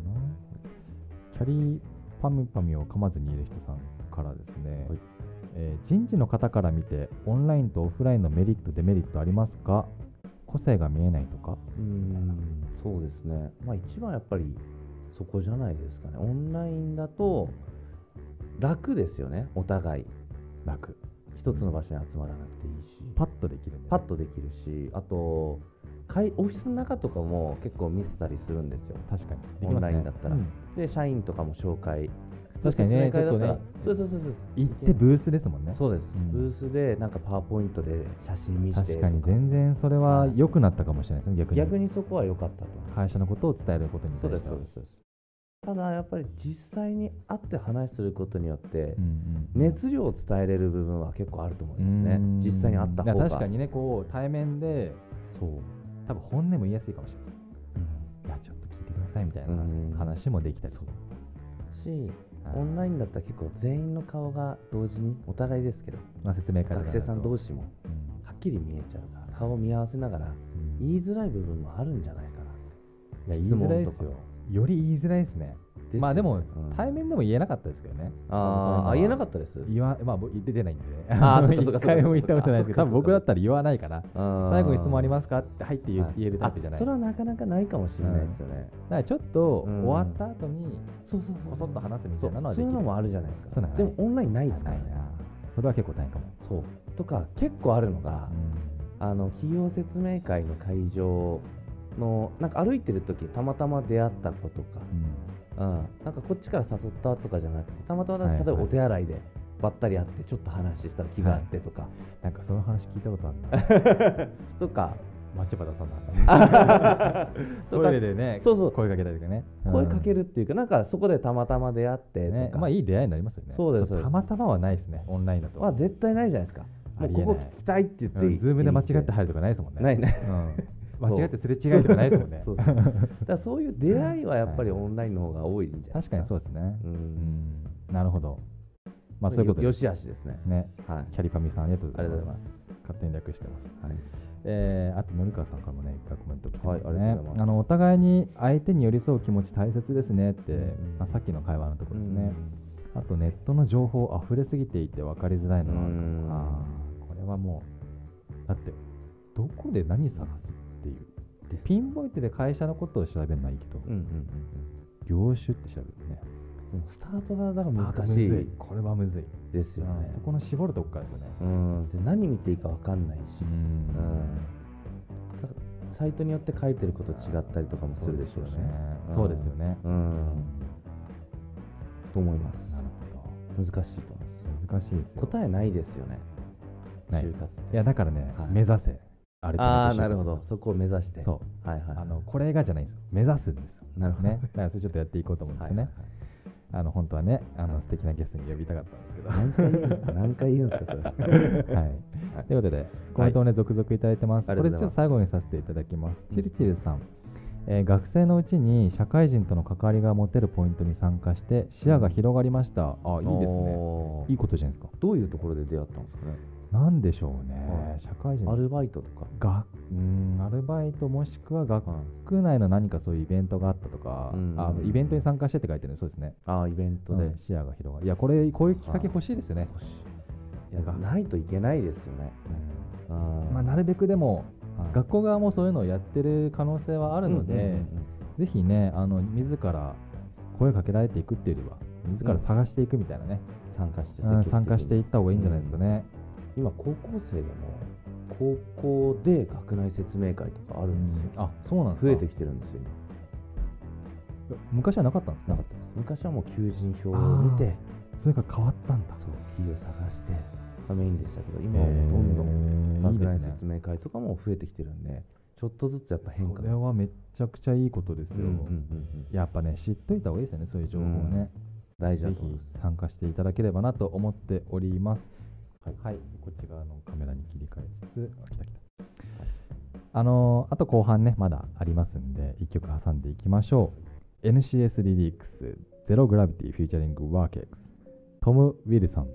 [SPEAKER 1] な。キャリーパムパミを噛まずにいる人さんからですね、
[SPEAKER 2] はい
[SPEAKER 1] えー人事の方から見て、オンラインとオフラインのメリット、デメリットありますか個性が見えないとか、
[SPEAKER 2] うんそうですねまあ一番やっぱりそこじゃないですかねオンラインだと楽ですよねお互い
[SPEAKER 1] 楽
[SPEAKER 2] 一つの場所に集まらなくていいし
[SPEAKER 1] パッとできるんだね
[SPEAKER 2] パッとできるしあとかいオフィスの中とかも結構見せたりするんですよ
[SPEAKER 1] 確かにできますね
[SPEAKER 2] オンラインだったら
[SPEAKER 1] うん
[SPEAKER 2] で社員とかも紹介
[SPEAKER 1] 確かにね
[SPEAKER 2] 説明会だた
[SPEAKER 1] ちょ
[SPEAKER 2] ら
[SPEAKER 1] っ
[SPEAKER 2] そうそうそうそう
[SPEAKER 1] 行ってブースですもんね
[SPEAKER 2] そうです、
[SPEAKER 1] うん
[SPEAKER 2] ブースでなんかパワーポイントで写真見せて
[SPEAKER 1] 確かに全然それは良くなったかもしれないですね逆に
[SPEAKER 2] 逆にそこは良かったと
[SPEAKER 1] 会社のことを伝えることに
[SPEAKER 2] そう
[SPEAKER 1] 対
[SPEAKER 2] で
[SPEAKER 1] し
[SPEAKER 2] す
[SPEAKER 1] て
[SPEAKER 2] そう
[SPEAKER 1] は
[SPEAKER 2] ですそうですただやっぱり実際に会って話することによって
[SPEAKER 1] うんうん
[SPEAKER 2] 熱量を伝えれる部分は結構あると思います
[SPEAKER 1] う
[SPEAKER 2] ね
[SPEAKER 1] ん
[SPEAKER 2] 実際に会った
[SPEAKER 1] いや
[SPEAKER 2] 方が
[SPEAKER 1] 確かにねこう対面で
[SPEAKER 2] そう、
[SPEAKER 1] 多分本音も言いやすいかもしれないいやちょっと聞いてくださいみたい
[SPEAKER 2] うん
[SPEAKER 1] な話もできたり
[SPEAKER 2] し
[SPEAKER 1] はい
[SPEAKER 2] オンラインだったら結構全員の顔が同時にお互いですけど
[SPEAKER 1] まあ説明会とか
[SPEAKER 2] 学生さん同
[SPEAKER 1] 士
[SPEAKER 2] 士もはっきり見えちゃうから顔を見合わせながら言いづらい部分もあるんじゃないか
[SPEAKER 1] い
[SPEAKER 2] な
[SPEAKER 1] や
[SPEAKER 2] っ
[SPEAKER 1] 言
[SPEAKER 2] て
[SPEAKER 1] いづらいです
[SPEAKER 2] 質問
[SPEAKER 1] よ
[SPEAKER 2] とか
[SPEAKER 1] より言いづらいですね
[SPEAKER 2] よ
[SPEAKER 1] まあでも
[SPEAKER 2] うん
[SPEAKER 1] 対面でも言えなかったですけどね
[SPEAKER 2] あーあ言えなか
[SPEAKER 1] っ
[SPEAKER 2] ったです
[SPEAKER 1] た言わまあ僕出てないんでね
[SPEAKER 2] あーそっかそっかそっか
[SPEAKER 1] <laughs> 一回も言ったことないですけど多
[SPEAKER 2] あそっかそっか
[SPEAKER 1] 分僕だったら言わないから最
[SPEAKER 2] 最
[SPEAKER 1] 後に質問あり
[SPEAKER 2] す
[SPEAKER 1] ますかって入って言う言えるタイプじゃない
[SPEAKER 2] それ
[SPEAKER 1] だ
[SPEAKER 2] はなかなかないかもしれないですよね、
[SPEAKER 1] からちょっと
[SPEAKER 2] うん
[SPEAKER 1] 終わった後に
[SPEAKER 2] そうそう
[SPEAKER 1] こそっと話すみ
[SPEAKER 2] そ
[SPEAKER 1] た
[SPEAKER 2] う
[SPEAKER 1] いなのは
[SPEAKER 2] そ
[SPEAKER 1] で
[SPEAKER 2] う
[SPEAKER 1] きる
[SPEAKER 2] いうのもあるじゃないです
[SPEAKER 1] そ
[SPEAKER 2] か
[SPEAKER 1] うなのね
[SPEAKER 2] でもオンラインないですからね
[SPEAKER 1] ないなそれは結構大変かも
[SPEAKER 2] そうとか結構あるのが、あの企業説明会の会場のなんか歩いてる時たまたま出会った子とか、うん、なんかこっちから誘ったとかじゃなくてたまたま
[SPEAKER 1] はいは
[SPEAKER 2] 例
[SPEAKER 1] い
[SPEAKER 2] えばお手洗いでばったり会ってちょっと話したら気が合ってとか、
[SPEAKER 1] なんかその話聞いたことあるな
[SPEAKER 2] <laughs> とか
[SPEAKER 1] 町場さん
[SPEAKER 2] <laughs> と
[SPEAKER 1] ト
[SPEAKER 2] か
[SPEAKER 1] イレでね
[SPEAKER 2] そうそう
[SPEAKER 1] 声かけたりとかね
[SPEAKER 2] 声かけ
[SPEAKER 1] る
[SPEAKER 2] るっていうか、なんかそこでたまたま出会ってとか、
[SPEAKER 1] ねまあいい出会いになりますよね
[SPEAKER 2] そうですそうです
[SPEAKER 1] たまたまはないですねオンラインだと
[SPEAKER 2] まあ絶対ないじゃないですか。も
[SPEAKER 1] あ
[SPEAKER 2] う
[SPEAKER 1] りえない
[SPEAKER 2] ここ聞きたいって言って、
[SPEAKER 1] うんズームで間違って入るとかないですもんね
[SPEAKER 2] ないない。
[SPEAKER 1] うん間違ってすれ違いとかないですもんね
[SPEAKER 2] そうそうだからそういう出会いはやっぱり
[SPEAKER 1] はい
[SPEAKER 2] オンラインの方が多いんじゃない。
[SPEAKER 1] 確かにそううですね
[SPEAKER 2] う。
[SPEAKER 1] うんんなるほどまあそういうこと
[SPEAKER 2] よ
[SPEAKER 1] で
[SPEAKER 2] よ
[SPEAKER 1] す
[SPEAKER 2] し悪しですね。
[SPEAKER 1] ね
[SPEAKER 2] はい。
[SPEAKER 1] キャリカミさんありがとうご
[SPEAKER 2] あ
[SPEAKER 1] ざ
[SPEAKER 2] り
[SPEAKER 1] い
[SPEAKER 2] がとうご
[SPEAKER 1] ま
[SPEAKER 2] ざい
[SPEAKER 1] す
[SPEAKER 2] ます。
[SPEAKER 1] 勝手に略してます
[SPEAKER 2] はい。
[SPEAKER 1] えーあと、森川さんからもね、いっぱいコメント来てますね。
[SPEAKER 2] はいありがとうございます
[SPEAKER 1] あのお互いに相手に寄り添う気持ち大切ですねって、
[SPEAKER 2] うん
[SPEAKER 1] まあ、さっきの会話のところですね。あと、ネットの情報溢れすぎていて分かりづらいのはあるかも
[SPEAKER 2] うん
[SPEAKER 1] あーこれはもう、だって、どこで何探すっていう。でピンポイントで会社のことを調べるのはいいけど、
[SPEAKER 2] うんうんうん
[SPEAKER 1] 業種って調べるね。
[SPEAKER 2] うん。もうスタートがだから
[SPEAKER 1] スター
[SPEAKER 2] 難
[SPEAKER 1] ト
[SPEAKER 2] し
[SPEAKER 1] むず
[SPEAKER 2] い
[SPEAKER 1] これはむずい。
[SPEAKER 2] ですよね
[SPEAKER 1] そ。この絞るとこからですよね。
[SPEAKER 2] うん。で何見ていいかわかんないし、
[SPEAKER 1] ん
[SPEAKER 2] うん。だからサイトによって書いてること違ったりとかもするでしょうしね。
[SPEAKER 1] そうですよね。
[SPEAKER 2] う。
[SPEAKER 1] うん
[SPEAKER 2] と思います。
[SPEAKER 1] なるほど。
[SPEAKER 2] 難しいと思い
[SPEAKER 1] 難
[SPEAKER 2] ます。
[SPEAKER 1] しいですよ
[SPEAKER 2] 答えないですよね。
[SPEAKER 1] ない
[SPEAKER 2] 就活って。
[SPEAKER 1] いやだからね、
[SPEAKER 2] はい
[SPEAKER 1] 目指せあれ
[SPEAKER 2] ああ、なるほど。そこを目指して。。
[SPEAKER 1] そう
[SPEAKER 2] はいはい。
[SPEAKER 1] あのこれがじゃないんですよ目指すんですよ
[SPEAKER 2] なるほど。
[SPEAKER 1] ね、だからそれちょっとやっていこうと思うんで
[SPEAKER 2] は
[SPEAKER 1] す
[SPEAKER 2] い
[SPEAKER 1] よ
[SPEAKER 2] は
[SPEAKER 1] ね、
[SPEAKER 2] いはい。
[SPEAKER 1] あの本当はねあの素敵なゲストに呼びたかったんですけどはい
[SPEAKER 2] 何回言うん
[SPEAKER 1] <laughs>
[SPEAKER 2] ですか <laughs> 何回言うんですか、それ。
[SPEAKER 1] ということでコメントをね、続々いただいてます
[SPEAKER 2] あ
[SPEAKER 1] こ
[SPEAKER 2] り
[SPEAKER 1] れ
[SPEAKER 2] がとう
[SPEAKER 1] ち
[SPEAKER 2] ご
[SPEAKER 1] ょっと
[SPEAKER 2] ざいます
[SPEAKER 1] 最後にさせていただきます、
[SPEAKER 2] うん
[SPEAKER 1] チルチルさん、えー学生のうちに社会人との関わりが持てるポイントに参加して視野が広がりました、あいいですね
[SPEAKER 2] おー
[SPEAKER 1] いいことじゃないですか
[SPEAKER 2] どういうところで出会ったんですかね。
[SPEAKER 1] なんでしょうね、
[SPEAKER 2] はい
[SPEAKER 1] 社会人
[SPEAKER 2] アルバイトとか。
[SPEAKER 1] がうんアルバイトもしくは学
[SPEAKER 2] はい
[SPEAKER 1] 学内の何かそういうイベントがあったとか、
[SPEAKER 2] うん
[SPEAKER 1] あイベントに参加してって書いてるねそうですね。
[SPEAKER 2] ああ、イベントで
[SPEAKER 1] で。視野が広がる。いや、これ、こういうきっかけ欲しいですよね。
[SPEAKER 2] いやないといけないですよね。あ
[SPEAKER 1] う
[SPEAKER 2] ー
[SPEAKER 1] んまあ、なるべくでも、
[SPEAKER 2] はい
[SPEAKER 1] 学校側もそういうのをやってる可能性はあるので、
[SPEAKER 2] うんうんうん
[SPEAKER 1] ぜひね、あの自ら声かけられていくっていうよりは、自ら探していくみたいなね、
[SPEAKER 2] うん参加して
[SPEAKER 1] うん参加していっ
[SPEAKER 2] 積極的に
[SPEAKER 1] た方がいいんじゃないですかね。
[SPEAKER 2] 今高校生でも高校で学内説明会とかあるんですよ、
[SPEAKER 1] あそうなんですか
[SPEAKER 2] 増えてきてるんですよ今
[SPEAKER 1] 昔はなかったんですか
[SPEAKER 2] なかったです昔はもう求人票を見て
[SPEAKER 1] それが変わったんだ。
[SPEAKER 2] そう企業探してがメインでしたけど今はもうどんどん
[SPEAKER 1] んいい
[SPEAKER 2] 学
[SPEAKER 1] です
[SPEAKER 2] 内
[SPEAKER 1] ね。
[SPEAKER 2] 説明会とかも増えてきてるんでちょっとずつやっぱ変化
[SPEAKER 1] そ
[SPEAKER 2] が
[SPEAKER 1] れはめちゃくちゃいいことですよ、
[SPEAKER 2] うんうんうん
[SPEAKER 1] やっぱね知っといた方がいいですよねそういう情報をね、
[SPEAKER 2] 大事だ
[SPEAKER 1] ぜ
[SPEAKER 2] と思い
[SPEAKER 1] ひ
[SPEAKER 2] ます
[SPEAKER 1] 参加していただければなと思っております
[SPEAKER 2] はい
[SPEAKER 1] はい、こっち側のカメラに切り替えつつあ来た来たあのーあと後半ねまだありますんで1曲挟んでいきましょう NCS リリックス「ゼログラビティフューチャリングワーケックス」トム・ウィルソン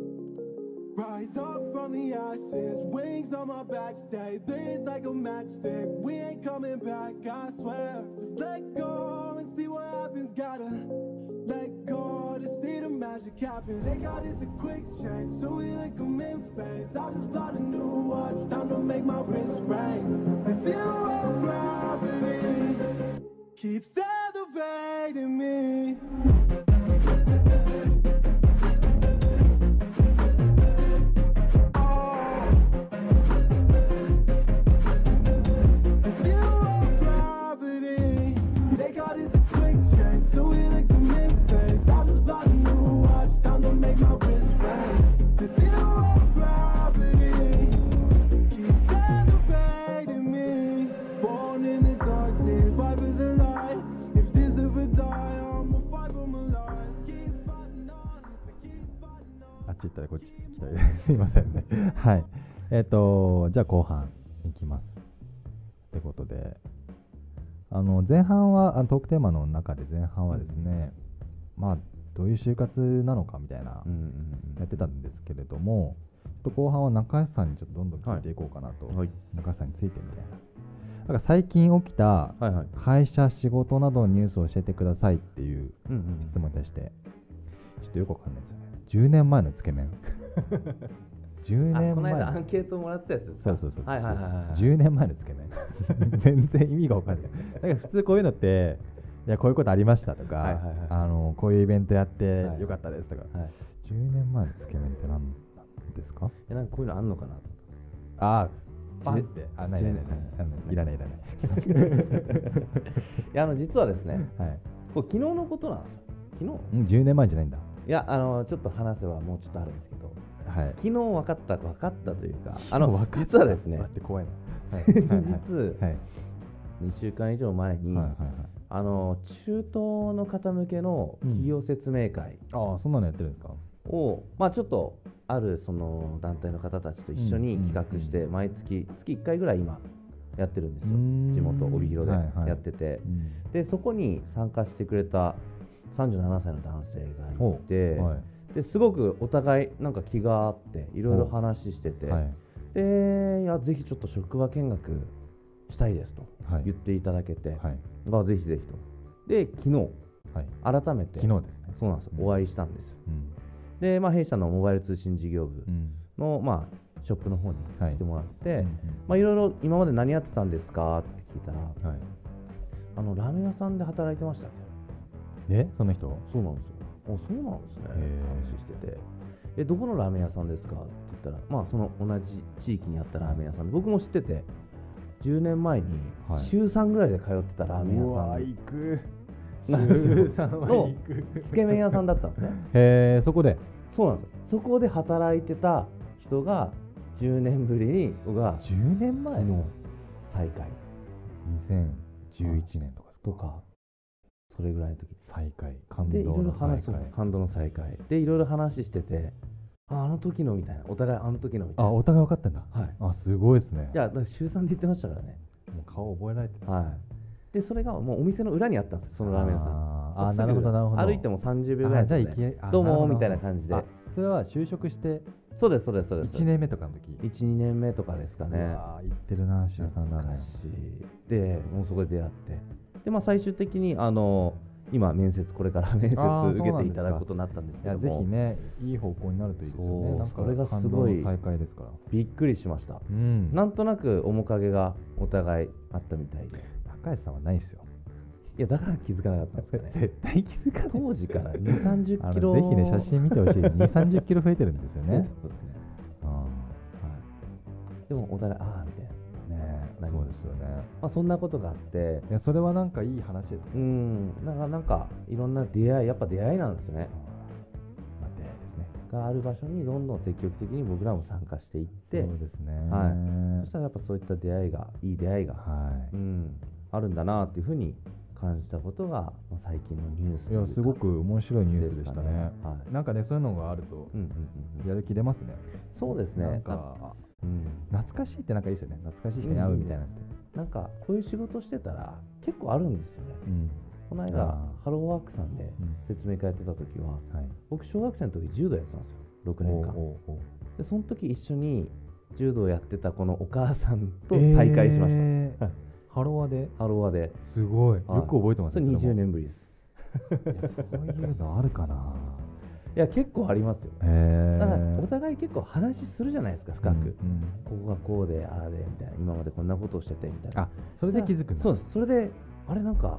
[SPEAKER 3] Rise up from the ashes, wings on my back, stay lit like a matchstick. We ain't coming back, I swear. Just let go and see what happens. Gotta let go to see the magic happen. They got is a quick change, so we like them in phase. I just bought a new watch, time to make my wrist ring. The zero gravity keeps elevating me. The zero gravity. They got is a quick change, so we like them in phase. I just bought a new watch, time to make my wrist ring. The zero gravity keeps elevating me. Born in the darkness, fight with the light. If this ever die, I'ma fight for my life. Keep fighting on, I keep fighting on.
[SPEAKER 1] あっち行ったりこっち行ったりすい <laughs> ませんねはいえっ、とじゃあ後半いきますってことであの前半はあトークテーマの中で前半はですね、まあどういう就活なのかみたいな
[SPEAKER 2] うんうんう
[SPEAKER 1] やってたんですけれども、ちょっと後半は中橋さんにちょっとどんどん聞いていこうかなと、
[SPEAKER 2] んはい
[SPEAKER 1] 中橋さんについてみたいなだから最近起きた
[SPEAKER 2] はいはい
[SPEAKER 1] 会社仕事などのニュースを教えてくださいっていう
[SPEAKER 2] うんうん
[SPEAKER 1] 質問に対してちょっとよくわかんないですよね10年前のつけ
[SPEAKER 2] <laughs>
[SPEAKER 1] 麺10
[SPEAKER 2] あ
[SPEAKER 1] 年
[SPEAKER 2] この
[SPEAKER 1] 前
[SPEAKER 2] 間アンケートもらってたやつです
[SPEAKER 1] そ
[SPEAKER 2] か
[SPEAKER 1] うそうそうそう、
[SPEAKER 2] はいはいはいはい
[SPEAKER 1] 10年前のつけ麺 <laughs> 全然意味が分かんないだから普通こういうのっていやこういうことありましたとか、
[SPEAKER 2] はいはいはい
[SPEAKER 1] あのこういうイベントやって
[SPEAKER 2] はい
[SPEAKER 1] よかったですとか、
[SPEAKER 2] はい
[SPEAKER 1] 10年前のつけ麺って何ですか
[SPEAKER 2] えなんかこういうのあんのかなと
[SPEAKER 1] ああ
[SPEAKER 2] パン
[SPEAKER 1] ってあないないないないあのいらないいらない
[SPEAKER 2] いやあの実はですね
[SPEAKER 1] はい、
[SPEAKER 2] これ昨日のことなんですよ
[SPEAKER 1] う
[SPEAKER 2] 昨日
[SPEAKER 1] ん、10年前じゃないんだ
[SPEAKER 2] いやあのちょっと話せばもうちょっとあるんですけど
[SPEAKER 1] はい
[SPEAKER 2] 昨日分かった分かったというかあ
[SPEAKER 1] わ
[SPEAKER 2] の
[SPEAKER 1] か
[SPEAKER 2] 実はですね
[SPEAKER 1] 待って怖いなはい
[SPEAKER 2] 先
[SPEAKER 1] <laughs>
[SPEAKER 2] 日
[SPEAKER 1] はいはい
[SPEAKER 2] 2週間以上前に、
[SPEAKER 1] はいはいはい
[SPEAKER 2] あの中東の方向けの企業説明会
[SPEAKER 1] ああそんなのやってるんですか
[SPEAKER 2] を、まあ、ちょっとあるその団体の方たちと一緒に企画して、
[SPEAKER 1] うん
[SPEAKER 2] 毎月月1回ぐらい今やってるんです
[SPEAKER 1] うーん
[SPEAKER 2] よ地元帯広
[SPEAKER 1] はいはい
[SPEAKER 2] でやってて、でそこに参加してくれた37歳の男性がいて、
[SPEAKER 1] は
[SPEAKER 2] ですごくお互いなんか気があっていろいろ話して
[SPEAKER 1] い
[SPEAKER 2] て、
[SPEAKER 1] はい
[SPEAKER 2] でいやぜひちょっと職場見学したいですと
[SPEAKER 1] はい
[SPEAKER 2] 言っていただけて、
[SPEAKER 1] はい
[SPEAKER 2] まあ、ぜひぜひと。で、昨日
[SPEAKER 1] はい
[SPEAKER 2] 改めて
[SPEAKER 1] 昨日ですね
[SPEAKER 2] そうなんですよ、
[SPEAKER 1] うん
[SPEAKER 2] お会いしたんですよ。
[SPEAKER 1] うん
[SPEAKER 2] で、まあ、弊社のモバイル通信事業部
[SPEAKER 1] うん
[SPEAKER 2] の、まあ、ショップの方に
[SPEAKER 1] はい
[SPEAKER 2] 来てもらって、
[SPEAKER 1] うん
[SPEAKER 2] まあ、いろいろ今まで何やってたんですかって聞いたら、
[SPEAKER 1] うんはい
[SPEAKER 2] あのラーメン屋さんで働いてましたね。
[SPEAKER 1] えその人
[SPEAKER 2] <laughs> そうなんですよ。おそうなんですね
[SPEAKER 1] へー。
[SPEAKER 2] 話してて。え、どこのラーメン屋さんですかって言ったら、まあ、その同じ地域にあったラーメン屋さんで、僕も知ってて、10年前に
[SPEAKER 1] はい
[SPEAKER 2] 週3ぐらいで通ってたラーメン屋さんで、
[SPEAKER 1] 行く
[SPEAKER 2] なんですよ
[SPEAKER 1] は行く
[SPEAKER 2] つ <laughs> け麺屋さんだったんですね。
[SPEAKER 1] へえそこで
[SPEAKER 2] そうなんですよそこで働いてた人が10年ぶりに僕が
[SPEAKER 1] 10年前
[SPEAKER 2] 昨日再会
[SPEAKER 1] 2011年とかですか
[SPEAKER 2] とかそれぐらいの時
[SPEAKER 1] 再会感
[SPEAKER 2] でいろ
[SPEAKER 1] 動
[SPEAKER 2] いろ
[SPEAKER 1] の再
[SPEAKER 2] 話そう
[SPEAKER 1] 会
[SPEAKER 2] 感動の再会でいろいろ話しててああの時のみたいなお互いあの時のみたい
[SPEAKER 1] あ
[SPEAKER 2] な
[SPEAKER 1] お互い分かってんだ
[SPEAKER 2] はい
[SPEAKER 1] あすごいですね
[SPEAKER 2] いやだから週3で言ってましたからね
[SPEAKER 1] もう顔覚えられてた
[SPEAKER 2] はいでそれがもうお店の裏にあったんですよそのラーメン屋さん
[SPEAKER 1] あーあーなるほどなるほど
[SPEAKER 2] 歩いても30秒ぐら
[SPEAKER 1] あ
[SPEAKER 2] い
[SPEAKER 1] じゃあ
[SPEAKER 2] だっ
[SPEAKER 1] 行
[SPEAKER 2] たんで
[SPEAKER 1] きあ
[SPEAKER 2] どう
[SPEAKER 1] なる
[SPEAKER 2] も
[SPEAKER 1] ほ
[SPEAKER 2] みたいな感じで
[SPEAKER 1] あそれは就職して
[SPEAKER 2] そうですそうですそうです
[SPEAKER 1] 1年目とかの時
[SPEAKER 2] 12年目とかですかね
[SPEAKER 1] うわー行ってるな週3だ
[SPEAKER 2] 懐か
[SPEAKER 1] ね
[SPEAKER 2] しいでもうそこで出会ってで、まあ、最終的にあの今面接これから <laughs> 面接
[SPEAKER 1] あー
[SPEAKER 2] 受けていた
[SPEAKER 1] そうなんですか
[SPEAKER 2] だくことになったんです
[SPEAKER 1] い
[SPEAKER 2] け
[SPEAKER 1] や
[SPEAKER 2] ど
[SPEAKER 1] ぜ
[SPEAKER 2] も
[SPEAKER 1] ひねいい方向になるといいですよね
[SPEAKER 2] そう
[SPEAKER 1] なんか
[SPEAKER 2] それがすご
[SPEAKER 1] 感
[SPEAKER 2] い
[SPEAKER 1] 動の再会ですから
[SPEAKER 2] びっくりしました
[SPEAKER 1] うん
[SPEAKER 2] なんとなく面影がお互いあったみたいで
[SPEAKER 1] 高橋さんはないです
[SPEAKER 2] <laughs>
[SPEAKER 1] よ
[SPEAKER 2] いやだから気づかなかったんですかね
[SPEAKER 1] <laughs> 絶対気づかない
[SPEAKER 2] 当時から2
[SPEAKER 1] <laughs>
[SPEAKER 2] 3 0
[SPEAKER 1] あ
[SPEAKER 2] キ
[SPEAKER 1] の
[SPEAKER 2] ロ
[SPEAKER 1] ぜひね写真見てほしい2 3 0キロ増えてるんですよ
[SPEAKER 2] <laughs>
[SPEAKER 1] ね
[SPEAKER 2] そうですね、
[SPEAKER 1] うん
[SPEAKER 2] はい、でもお互いああみたいな、
[SPEAKER 1] ねえ
[SPEAKER 2] なり
[SPEAKER 1] そう
[SPEAKER 2] ま
[SPEAKER 1] ですよね
[SPEAKER 2] まあ、そんなことがあって
[SPEAKER 1] いやそれはなんかいい話ですね
[SPEAKER 2] うんなんかなんかいろんな出会いやっぱ出会いなんですよね
[SPEAKER 1] まあ出会いですね
[SPEAKER 2] がある場所にどんどん積極的に僕らも参加していって
[SPEAKER 1] そうですね
[SPEAKER 2] そしたらやっぱそういった出会いがいい出会いが、
[SPEAKER 1] は
[SPEAKER 2] うん、あるんだなっていうふうに感じたことがまあ最近のニュー
[SPEAKER 1] い
[SPEAKER 2] ス
[SPEAKER 1] いやすごく面白いニ
[SPEAKER 2] ニ
[SPEAKER 1] ュースでしたね
[SPEAKER 2] はい
[SPEAKER 1] なんかねそういうのがあると
[SPEAKER 2] うんうんうん、
[SPEAKER 1] やる気出ますね
[SPEAKER 2] そうですね
[SPEAKER 1] なんか
[SPEAKER 2] うん、
[SPEAKER 1] 懐かしいってなんかいいですよね懐かしい人に会うみたいなって
[SPEAKER 2] なんかこういう仕事してたら結構あるんですよね
[SPEAKER 1] うん
[SPEAKER 2] この間
[SPEAKER 1] あー
[SPEAKER 2] ハローワークさんで
[SPEAKER 1] うん
[SPEAKER 2] 説明会やってた時は
[SPEAKER 1] はい
[SPEAKER 2] 僕小学生の時柔道やってたんですよ6年間
[SPEAKER 1] おうおうおう
[SPEAKER 2] でその時一緒に柔道やってたこのお母さんと再会しました、
[SPEAKER 1] えーハロワです
[SPEAKER 2] <laughs> ハロワです
[SPEAKER 1] ごいよく覚えてます
[SPEAKER 2] それ
[SPEAKER 1] それも
[SPEAKER 2] 20年ぶりです
[SPEAKER 1] いやそういうのあるかな。
[SPEAKER 2] いいや結構ありますよ
[SPEAKER 1] へえ
[SPEAKER 2] だからお互い結構話するじゃないですか深く、
[SPEAKER 1] うんうん
[SPEAKER 2] ここがこうでああでみたいな今までこんなことをしててみたいな
[SPEAKER 1] あそれで気づくんだ
[SPEAKER 2] そうですそれであれなんか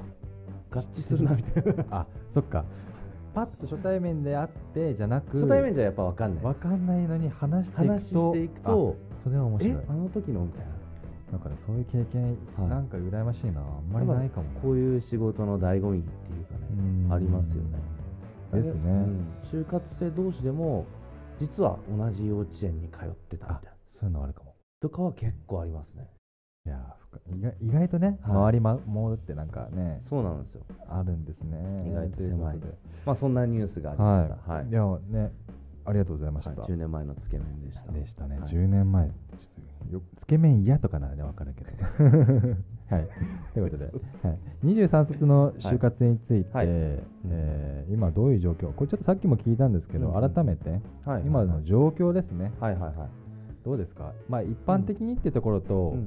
[SPEAKER 2] 合致するなみたいな
[SPEAKER 1] <laughs> あそっかパッと初対面で会ってじゃなく
[SPEAKER 2] 初対面じゃやっぱ分かんない
[SPEAKER 1] わかんないのに話していくと
[SPEAKER 2] 話していくと
[SPEAKER 1] あそれは面白い
[SPEAKER 2] えあの時のみたいな
[SPEAKER 1] なんかねそういう経験、
[SPEAKER 2] はい
[SPEAKER 1] なんか羨ましいなあんまりないかも
[SPEAKER 2] こういう仕事の醍醐味っていうかね、
[SPEAKER 1] うん
[SPEAKER 2] ありますよね
[SPEAKER 1] ですね、
[SPEAKER 2] うん就活生同士でも実は同じ幼稚園に通ってたみ
[SPEAKER 1] あ
[SPEAKER 2] たいな
[SPEAKER 1] そういうのあるかも
[SPEAKER 2] とかは結構ありますね
[SPEAKER 1] いやあ深い意外意外とね、
[SPEAKER 2] はい
[SPEAKER 1] 周りまもってなんかね
[SPEAKER 2] そうなんですよ
[SPEAKER 1] あるんですね
[SPEAKER 2] 意外と
[SPEAKER 1] ということ
[SPEAKER 2] 狭い
[SPEAKER 1] で
[SPEAKER 2] まあそんなニュースがありまし
[SPEAKER 1] は
[SPEAKER 2] た
[SPEAKER 1] い、
[SPEAKER 2] はい
[SPEAKER 1] い、やねありがとうございました、
[SPEAKER 2] はい10年前のつけ麺でした
[SPEAKER 1] でしたね、
[SPEAKER 2] はい
[SPEAKER 1] 10年前ちょっとよつけ麺嫌とかならね分かるけ
[SPEAKER 2] <laughs>
[SPEAKER 1] どはいということで、はい、23卒の就活について、
[SPEAKER 2] はいはい
[SPEAKER 1] えー今どういう状況これちょっとさっきも聞いたんですけど、
[SPEAKER 2] うんうん
[SPEAKER 1] 改めて
[SPEAKER 2] はい
[SPEAKER 1] 今の状況ですね、
[SPEAKER 2] はいはいはい
[SPEAKER 1] どうですかまあ一般的にっていうところと、
[SPEAKER 2] うん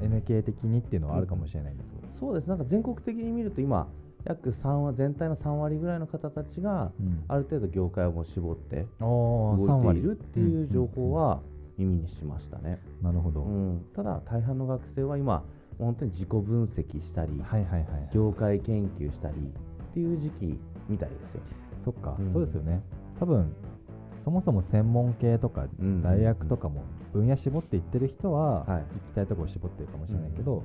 [SPEAKER 2] うんうん
[SPEAKER 1] NK 的にっていうのはあるかもしれないんですけど、
[SPEAKER 2] そうですなんか全国的に見ると今約3割全体の3割ぐらいの方たちが
[SPEAKER 1] うん
[SPEAKER 2] ある程度業界をもう絞って
[SPEAKER 1] おー
[SPEAKER 2] 動いてい
[SPEAKER 1] 3
[SPEAKER 2] るっていう情報は耳にしましたね、
[SPEAKER 1] うんなるほど、
[SPEAKER 2] うん、ただ大半の学生は今もう本当に自己分析したり、
[SPEAKER 1] はいはいはい
[SPEAKER 2] 業界研究したりっていう時期みたいですよ、
[SPEAKER 1] そっか、
[SPEAKER 2] うん
[SPEAKER 1] そうですよね多分そもそも専門系とか
[SPEAKER 2] うんうんうん
[SPEAKER 1] 大学とかも分野絞っていってる人は
[SPEAKER 2] は
[SPEAKER 1] 行
[SPEAKER 2] い
[SPEAKER 1] きたいところを絞ってるかもしれないけど、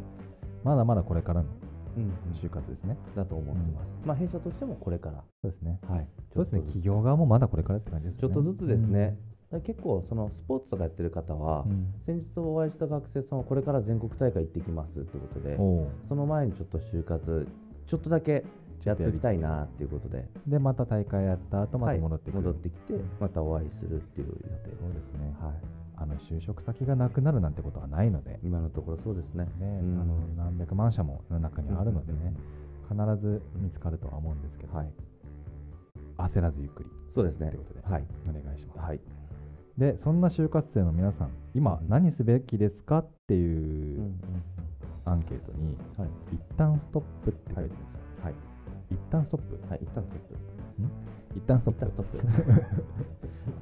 [SPEAKER 1] まだまだこれからの
[SPEAKER 2] うん
[SPEAKER 1] 就活ですね、
[SPEAKER 2] だと思ってます、まあ弊社としてもこれから
[SPEAKER 1] そうですね
[SPEAKER 2] はい
[SPEAKER 1] そうですね企業側もまだこれからって感じです
[SPEAKER 2] ちょ
[SPEAKER 1] よ
[SPEAKER 2] っ
[SPEAKER 1] ね
[SPEAKER 2] とずつですね、だから結構そのスポーツとかやってる方は、
[SPEAKER 1] うん
[SPEAKER 2] 先日お会いした学生さんはこれから全国大会行ってきますってことで
[SPEAKER 1] おう
[SPEAKER 2] その前にちょっと就活ちょっとだけやっときたいなっていうことで
[SPEAKER 1] でまた大会やった後また戻ってくる、
[SPEAKER 2] はい戻ってきてまたお会いするっていう予定
[SPEAKER 1] そうですね、
[SPEAKER 2] はい
[SPEAKER 1] あの就職先がなくなるなんてことはないので、ね
[SPEAKER 2] 今のところそうですねうん
[SPEAKER 1] あの何百万社も世の中にはあるので
[SPEAKER 2] うんうん
[SPEAKER 1] ね、必ず見つかるとは思うんですけど、
[SPEAKER 2] はい
[SPEAKER 1] 焦らずゆっくり
[SPEAKER 2] そうですね
[SPEAKER 1] ということで
[SPEAKER 2] はい
[SPEAKER 1] お願いします
[SPEAKER 2] はい
[SPEAKER 1] でそんな就活生の皆さん今何すべきですかっていううんアンケートに
[SPEAKER 2] はい
[SPEAKER 1] 「一旦ストップ」って書いてるんですよ、
[SPEAKER 2] はい
[SPEAKER 1] 一旦ストップ
[SPEAKER 2] はい一旦ストップ
[SPEAKER 1] 一旦スト
[SPEAKER 2] 一
[SPEAKER 1] ップ
[SPEAKER 2] 旦ス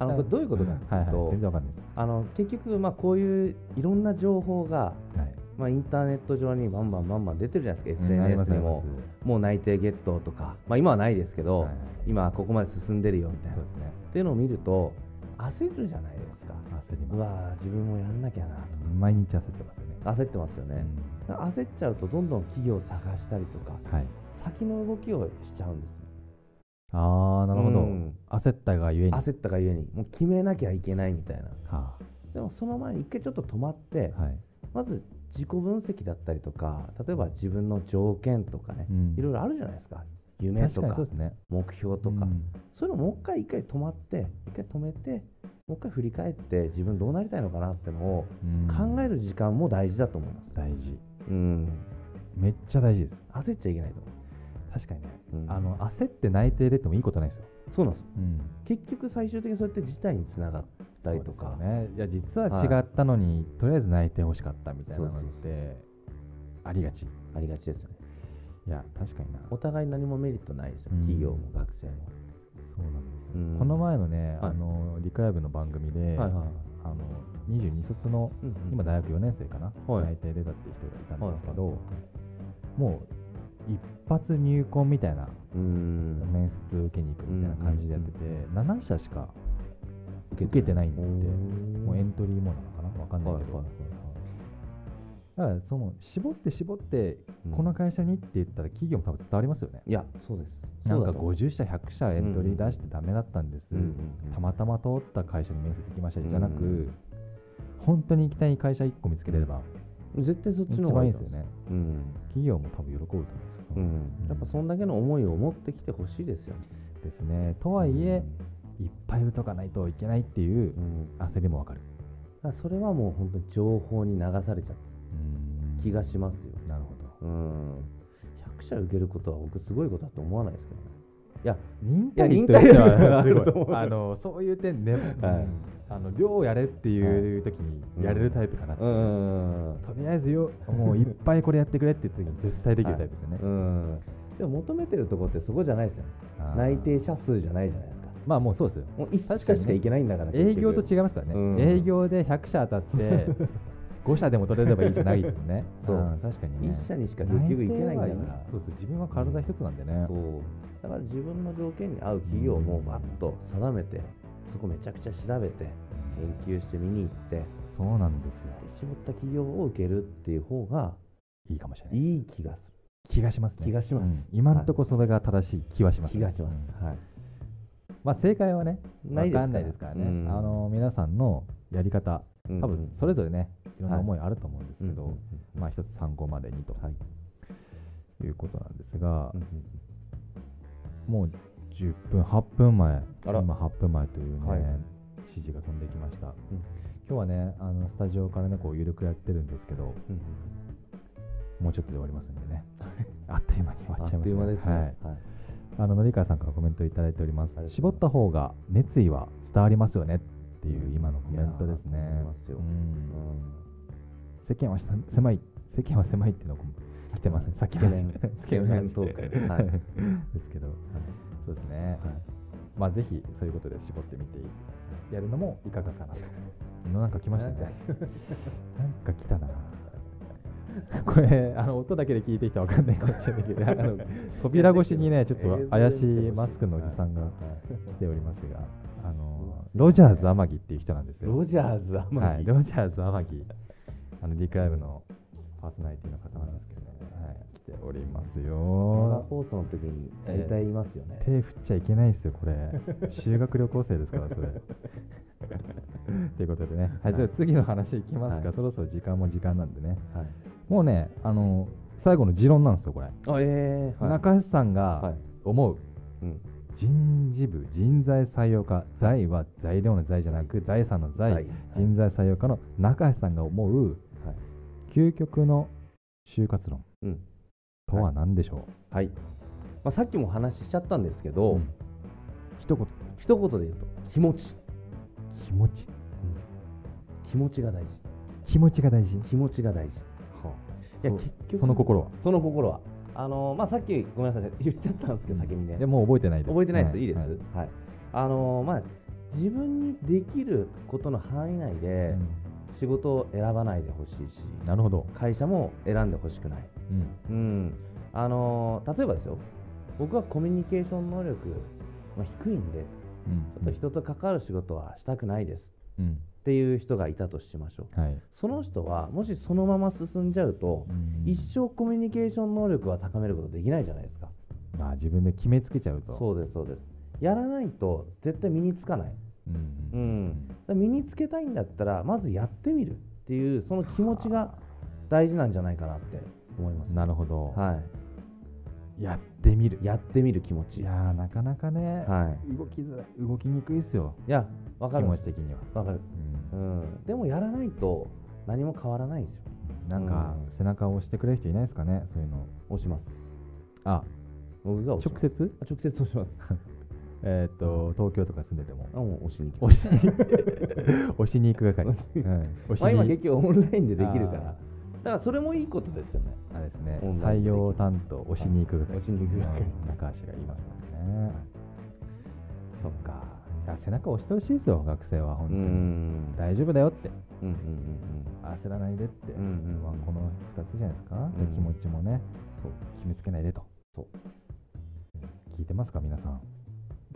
[SPEAKER 2] トップあのこれどういうことかっ
[SPEAKER 1] <laughs>
[SPEAKER 2] て
[SPEAKER 1] はいいうはい
[SPEAKER 2] と、
[SPEAKER 1] 全然わかんないで
[SPEAKER 2] あの結局まあこういういろんな情報が
[SPEAKER 1] すはい
[SPEAKER 2] まあインターネット上にバンバンバンバン出てるじゃないですか、
[SPEAKER 1] うんありま
[SPEAKER 2] SNS
[SPEAKER 1] す
[SPEAKER 2] に
[SPEAKER 1] あ
[SPEAKER 2] も
[SPEAKER 1] ります
[SPEAKER 2] もう内定ゲットとか、まあ、今はないですけど、
[SPEAKER 1] はいはい
[SPEAKER 2] 今ここまで進んでるよみたい
[SPEAKER 1] そ
[SPEAKER 2] な
[SPEAKER 1] う
[SPEAKER 2] っ
[SPEAKER 1] ですね
[SPEAKER 2] ていうのを見ると焦るじゃないですか
[SPEAKER 1] 焦り
[SPEAKER 2] う
[SPEAKER 1] ま
[SPEAKER 2] わー自分もやんなきゃな
[SPEAKER 1] す毎日焦ってますよね
[SPEAKER 2] と焦ってますよね、
[SPEAKER 1] う
[SPEAKER 2] だから焦っちゃうとどんどん企業を探したりとか
[SPEAKER 1] んはい
[SPEAKER 2] 先の動きをしちゃうんですよ
[SPEAKER 1] ああなるほど、
[SPEAKER 2] うん
[SPEAKER 1] 焦ったがゆえに
[SPEAKER 2] 焦ったがゆえにもう決めなきゃいけないみたいな
[SPEAKER 1] は
[SPEAKER 2] でもその前に一回ちょっと止まって、
[SPEAKER 1] あはい
[SPEAKER 2] まず自己分析だったりとか例えば自分の条件とかね、
[SPEAKER 1] うん
[SPEAKER 2] いろいろあるじゃないですか夢
[SPEAKER 1] 確
[SPEAKER 2] と
[SPEAKER 1] かに
[SPEAKER 2] か
[SPEAKER 1] そうですね
[SPEAKER 2] 目標とか、
[SPEAKER 1] うん
[SPEAKER 2] そういうのもう一回一回止まって一回止めてもう一回振り返って自分どうなりたいのかなってのを
[SPEAKER 1] うん
[SPEAKER 2] 考える時間も大事だと思います、
[SPEAKER 1] 大事
[SPEAKER 2] うん、
[SPEAKER 1] めっちゃ大事です
[SPEAKER 2] 焦っちゃいけないと
[SPEAKER 1] 確かにね、
[SPEAKER 2] 思う、うん
[SPEAKER 1] あの焦って内定出てもいいことないですよ、
[SPEAKER 2] そうなんです
[SPEAKER 1] うん、
[SPEAKER 2] 結局最終的にそうやって事態につながったりと
[SPEAKER 1] そ
[SPEAKER 2] か
[SPEAKER 1] うですよね、いや実は違ったのに、とりあえず泣いてほしかったみたいなのっ
[SPEAKER 2] そうそう
[SPEAKER 1] てありがちい
[SPEAKER 2] ありがちですよね
[SPEAKER 1] や確かにな
[SPEAKER 2] お互い何もメリットないですよ、
[SPEAKER 1] うん
[SPEAKER 2] 企業も学生も、
[SPEAKER 1] そうなんですよ、
[SPEAKER 2] うん
[SPEAKER 1] この前のね、
[SPEAKER 2] はい
[SPEAKER 1] あの理科ライブの番組で、
[SPEAKER 2] はいは
[SPEAKER 1] あ
[SPEAKER 2] い
[SPEAKER 1] の22卒の
[SPEAKER 2] うんうん
[SPEAKER 1] 今大学4年生かな、
[SPEAKER 2] はい
[SPEAKER 1] 内定出たっていう人がいたんですけど、
[SPEAKER 2] はいは
[SPEAKER 1] もう一発入魂みたいな
[SPEAKER 2] うーん
[SPEAKER 1] 面接受けに行くみたいな感じでやってて、7社しか受けてないんでもうエントリーもなのかなわかんないけど、
[SPEAKER 2] はいはい
[SPEAKER 1] だからその絞って絞って
[SPEAKER 2] うん
[SPEAKER 1] この会社にって言ったら企業も多分伝わりますよね、
[SPEAKER 2] いやそうです
[SPEAKER 1] なんか
[SPEAKER 2] そうだと思う
[SPEAKER 1] 50社100社エントリー出してダメだったんです、
[SPEAKER 2] うんうんうん
[SPEAKER 1] たまたま通った会社に面接行きました、
[SPEAKER 2] うん
[SPEAKER 1] じゃなく本当に行きたい会社1個見つけれれば
[SPEAKER 2] 絶対そっちの
[SPEAKER 1] 一
[SPEAKER 2] 方が
[SPEAKER 1] 番いいですよね
[SPEAKER 2] うん
[SPEAKER 1] 企業も多分喜ぶと思うんですよ、そうの
[SPEAKER 2] ん、やっぱそんだけの思いを持ってきてほしいですよね。
[SPEAKER 1] ですねとはいえ、いっぱい打とかないといけないっていう
[SPEAKER 2] うん、
[SPEAKER 1] 焦りもわかる
[SPEAKER 2] だからそれはもう本当に情報に流されちゃった
[SPEAKER 1] うん
[SPEAKER 2] 気がしますよ。
[SPEAKER 1] なるほど
[SPEAKER 2] うん、100社受けることは僕すごいことだと思わないですけどね。いや、
[SPEAKER 1] 忍
[SPEAKER 2] いや
[SPEAKER 1] 耐忍
[SPEAKER 2] 忍耐
[SPEAKER 1] 耐
[SPEAKER 2] 力
[SPEAKER 1] 力
[SPEAKER 2] は
[SPEAKER 1] は
[SPEAKER 2] あ
[SPEAKER 1] す
[SPEAKER 2] ると
[SPEAKER 1] ご
[SPEAKER 2] 思う
[SPEAKER 1] い <laughs> あのそういう点ね、
[SPEAKER 2] い
[SPEAKER 1] あの量をやれっていう時に
[SPEAKER 2] はい
[SPEAKER 1] やれるタイプかなって、
[SPEAKER 2] うん、
[SPEAKER 1] とりあえずよもういっぱいこれやってくれっていう時に <laughs> 絶対できるタイプですよね、
[SPEAKER 2] うん、でも求めてるところってそこじゃないですよね。
[SPEAKER 1] あー
[SPEAKER 2] 内定者数じゃないじゃないですか。
[SPEAKER 1] まあもうそうですよ
[SPEAKER 2] もう一社
[SPEAKER 1] 確かにね
[SPEAKER 2] しかいけないんだから、
[SPEAKER 1] 営業と
[SPEAKER 2] う
[SPEAKER 1] 違いますからね、
[SPEAKER 2] うん
[SPEAKER 1] 営業で100社当たって <laughs> 5社でも取れればいいじゃないですもんね
[SPEAKER 2] そうん
[SPEAKER 1] 確かにね
[SPEAKER 2] 一社にしか結局いけないんだ
[SPEAKER 1] 内定
[SPEAKER 2] か
[SPEAKER 1] は
[SPEAKER 2] ら
[SPEAKER 1] そうです自分は体一つなんでね
[SPEAKER 2] そうだから自分の条件に合う企業をもうバッと定めてそこめちゃくちゃ調べて研究して見に行ってで
[SPEAKER 1] そうなんですよ
[SPEAKER 2] 絞った企業を受けるっていう方が
[SPEAKER 1] いいかもしれない
[SPEAKER 2] いい気がす
[SPEAKER 1] 気がしますね
[SPEAKER 2] 気がします
[SPEAKER 1] ん今のところそれが正しい気はし
[SPEAKER 2] る
[SPEAKER 1] ます
[SPEAKER 2] 気
[SPEAKER 1] ね、
[SPEAKER 2] がします、はい
[SPEAKER 1] うんまあ正解はね
[SPEAKER 2] ない
[SPEAKER 1] 分か
[SPEAKER 2] ですから
[SPEAKER 1] んないですからね、
[SPEAKER 2] うん
[SPEAKER 1] あの皆さんのやり方
[SPEAKER 2] うん
[SPEAKER 1] 多
[SPEAKER 2] うん
[SPEAKER 1] 分それぞれねいろんな
[SPEAKER 2] はい
[SPEAKER 1] 思いあると思うんですけ
[SPEAKER 2] うん
[SPEAKER 1] ど、
[SPEAKER 2] うん
[SPEAKER 1] まあ一つ参考までにと、、
[SPEAKER 2] はい
[SPEAKER 1] うことなんですが
[SPEAKER 2] う、ん
[SPEAKER 1] もう10分8分前
[SPEAKER 2] あら
[SPEAKER 1] 今8分前というね、
[SPEAKER 2] はい
[SPEAKER 1] 指示が飛んできました、
[SPEAKER 2] うん
[SPEAKER 1] 今日はねあのスタジオからねこう緩くやってるんですけど
[SPEAKER 2] うん
[SPEAKER 1] もうちょっとで終わりますんでね <laughs> あっという間に終わっちゃいます
[SPEAKER 2] あっ
[SPEAKER 1] ね
[SPEAKER 2] という間ですね、
[SPEAKER 1] はい、あの、のりかわさんからコメントいただいておりま。
[SPEAKER 2] ありがとうございますす
[SPEAKER 1] 絞った方が熱意は伝わりますよねっていう今のコメントです
[SPEAKER 2] いやー
[SPEAKER 1] ね
[SPEAKER 2] 思います。よ
[SPEAKER 1] うん世間はさ狭い、世間は狭いっていうのを来て
[SPEAKER 2] <laughs>
[SPEAKER 1] ますね。さっきの話
[SPEAKER 2] つけ麺
[SPEAKER 1] つけ麺
[SPEAKER 2] つけ麺トークはい
[SPEAKER 1] <laughs> ですけど、そうですね。まあぜひそういうことで絞ってみてやるのもいかがかなと。なんか来ましたね。なんか来たな。 <laughs> これあの音だけで聞いてる人は分かんないかもしれないけど、あの <laughs> 扉越しに
[SPEAKER 2] <laughs>
[SPEAKER 1] ねちょっと怪しいマスクのおじさんが。来ておりますが、あのロジャーズ天城っていう人なんですよ。
[SPEAKER 2] ロジャーズ天
[SPEAKER 1] はい、ロジャーズ天城、あのリクライブのパーソナリティの方なんですけどね、はい、来ております
[SPEAKER 2] 生
[SPEAKER 1] よ。
[SPEAKER 2] 放送の時に大体いますよね、
[SPEAKER 1] 手振っちゃいけないですよ、これ。修学旅行生ですから、そ
[SPEAKER 2] <laughs>
[SPEAKER 1] れ。ということでね、はい、じゃあ次の話いきますか、
[SPEAKER 2] はい
[SPEAKER 1] そろそろ時間も時間なんでね。
[SPEAKER 2] はい
[SPEAKER 1] もうね、あの最後の持論なんですよ、これ。
[SPEAKER 2] あええはい、
[SPEAKER 1] 中橋さん
[SPEAKER 2] は
[SPEAKER 1] が
[SPEAKER 2] い
[SPEAKER 1] 思う
[SPEAKER 2] うん、
[SPEAKER 1] 人事部人材採用課財は材料の財じゃなく財産の財、
[SPEAKER 2] はい
[SPEAKER 1] 人材採用課の中橋さんが思う
[SPEAKER 2] はい
[SPEAKER 1] 究極の就活論
[SPEAKER 2] うん
[SPEAKER 1] とは何でしょ
[SPEAKER 2] はいまあ、さっきもお話ししちゃったんですけ
[SPEAKER 1] う、
[SPEAKER 2] ど、
[SPEAKER 1] うん一言
[SPEAKER 2] 一言で言うと気持ち
[SPEAKER 1] 気持ち
[SPEAKER 2] 気持ちが大事
[SPEAKER 1] 気持ちが大事、
[SPEAKER 2] 気持ちが大事いや
[SPEAKER 1] そう
[SPEAKER 2] 結局
[SPEAKER 1] その心は
[SPEAKER 2] その心はあのまあさっきごめんなさい言っちゃったんですけど先にね
[SPEAKER 1] いやもう覚えてないです
[SPEAKER 2] 覚えてないです、、
[SPEAKER 1] はい
[SPEAKER 2] いです、
[SPEAKER 1] は
[SPEAKER 2] はいあのまあ自分にできることの範囲内
[SPEAKER 1] う
[SPEAKER 2] で
[SPEAKER 1] ん
[SPEAKER 2] 仕事を選ばないでほしいし、
[SPEAKER 1] なるほど、
[SPEAKER 2] 会社も選んでほしくない、
[SPEAKER 1] うん
[SPEAKER 2] うんあの例えばですよ僕はコミュニケーション能力、まあ、低いんで
[SPEAKER 1] うん
[SPEAKER 2] ちょっと人と関わる仕事はしたくないです
[SPEAKER 1] うん
[SPEAKER 2] っていう人がいたとしましょう
[SPEAKER 1] はい、
[SPEAKER 2] その人はもしそのまま進んじゃうと、一生コミュニケーション能力は高めることできないじゃないですか
[SPEAKER 1] あ自分で決めつけちゃうとう、
[SPEAKER 2] そうですそうですやらないと絶対身につかない
[SPEAKER 1] うん
[SPEAKER 2] う
[SPEAKER 1] うん
[SPEAKER 2] ん、だから身につけたいんだったらまずやってみるっていうその気持ちが大事なんじゃないかなって思います、
[SPEAKER 1] なるほど、
[SPEAKER 2] は
[SPEAKER 1] やってみる
[SPEAKER 2] い、やってみる気持
[SPEAKER 1] い
[SPEAKER 2] ち
[SPEAKER 1] や
[SPEAKER 2] は
[SPEAKER 1] ーなかなかね、
[SPEAKER 2] い
[SPEAKER 1] 動きづらい動きにくいですよ
[SPEAKER 2] いや分か
[SPEAKER 1] 気
[SPEAKER 2] る
[SPEAKER 1] 持ち的には、
[SPEAKER 2] 分かる、
[SPEAKER 1] う
[SPEAKER 2] うん、でもやらないと何も変わらないんですよ
[SPEAKER 1] ん、なんか
[SPEAKER 2] うん
[SPEAKER 1] 背中を押してくれる人いないですかねそういうの
[SPEAKER 2] 押します
[SPEAKER 1] あ
[SPEAKER 2] 僕が押し
[SPEAKER 1] 直
[SPEAKER 2] ます
[SPEAKER 1] 接
[SPEAKER 2] あ直接
[SPEAKER 1] <laughs>
[SPEAKER 2] 押します
[SPEAKER 1] えーっと東京とか住んでても
[SPEAKER 2] あもう押しに行きます
[SPEAKER 1] 押しに <laughs> 押しに行く係、うん
[SPEAKER 2] 押しに
[SPEAKER 1] 押し
[SPEAKER 2] まあ、
[SPEAKER 1] に
[SPEAKER 2] 今結局オンラインでできるから
[SPEAKER 1] あ
[SPEAKER 2] だからそれもいいことですよね
[SPEAKER 1] あれですね
[SPEAKER 2] オンライ
[SPEAKER 1] 採
[SPEAKER 2] ンでできる
[SPEAKER 1] 用担当押しに行く係
[SPEAKER 2] 押しに行く
[SPEAKER 1] うん
[SPEAKER 2] 係
[SPEAKER 1] 中橋が言いますもんねそっかいや背中押してほしいですよ学生は本
[SPEAKER 2] う
[SPEAKER 1] 当
[SPEAKER 2] ん
[SPEAKER 1] に、大丈夫だよって
[SPEAKER 2] うんうんうん
[SPEAKER 1] 焦らないでって、
[SPEAKER 2] うんうん
[SPEAKER 1] まあこの2つじゃないですか、
[SPEAKER 2] うん
[SPEAKER 1] 気持ちもね
[SPEAKER 2] そう
[SPEAKER 1] 決めつけないでと
[SPEAKER 2] そう
[SPEAKER 1] 聞いてますか皆さん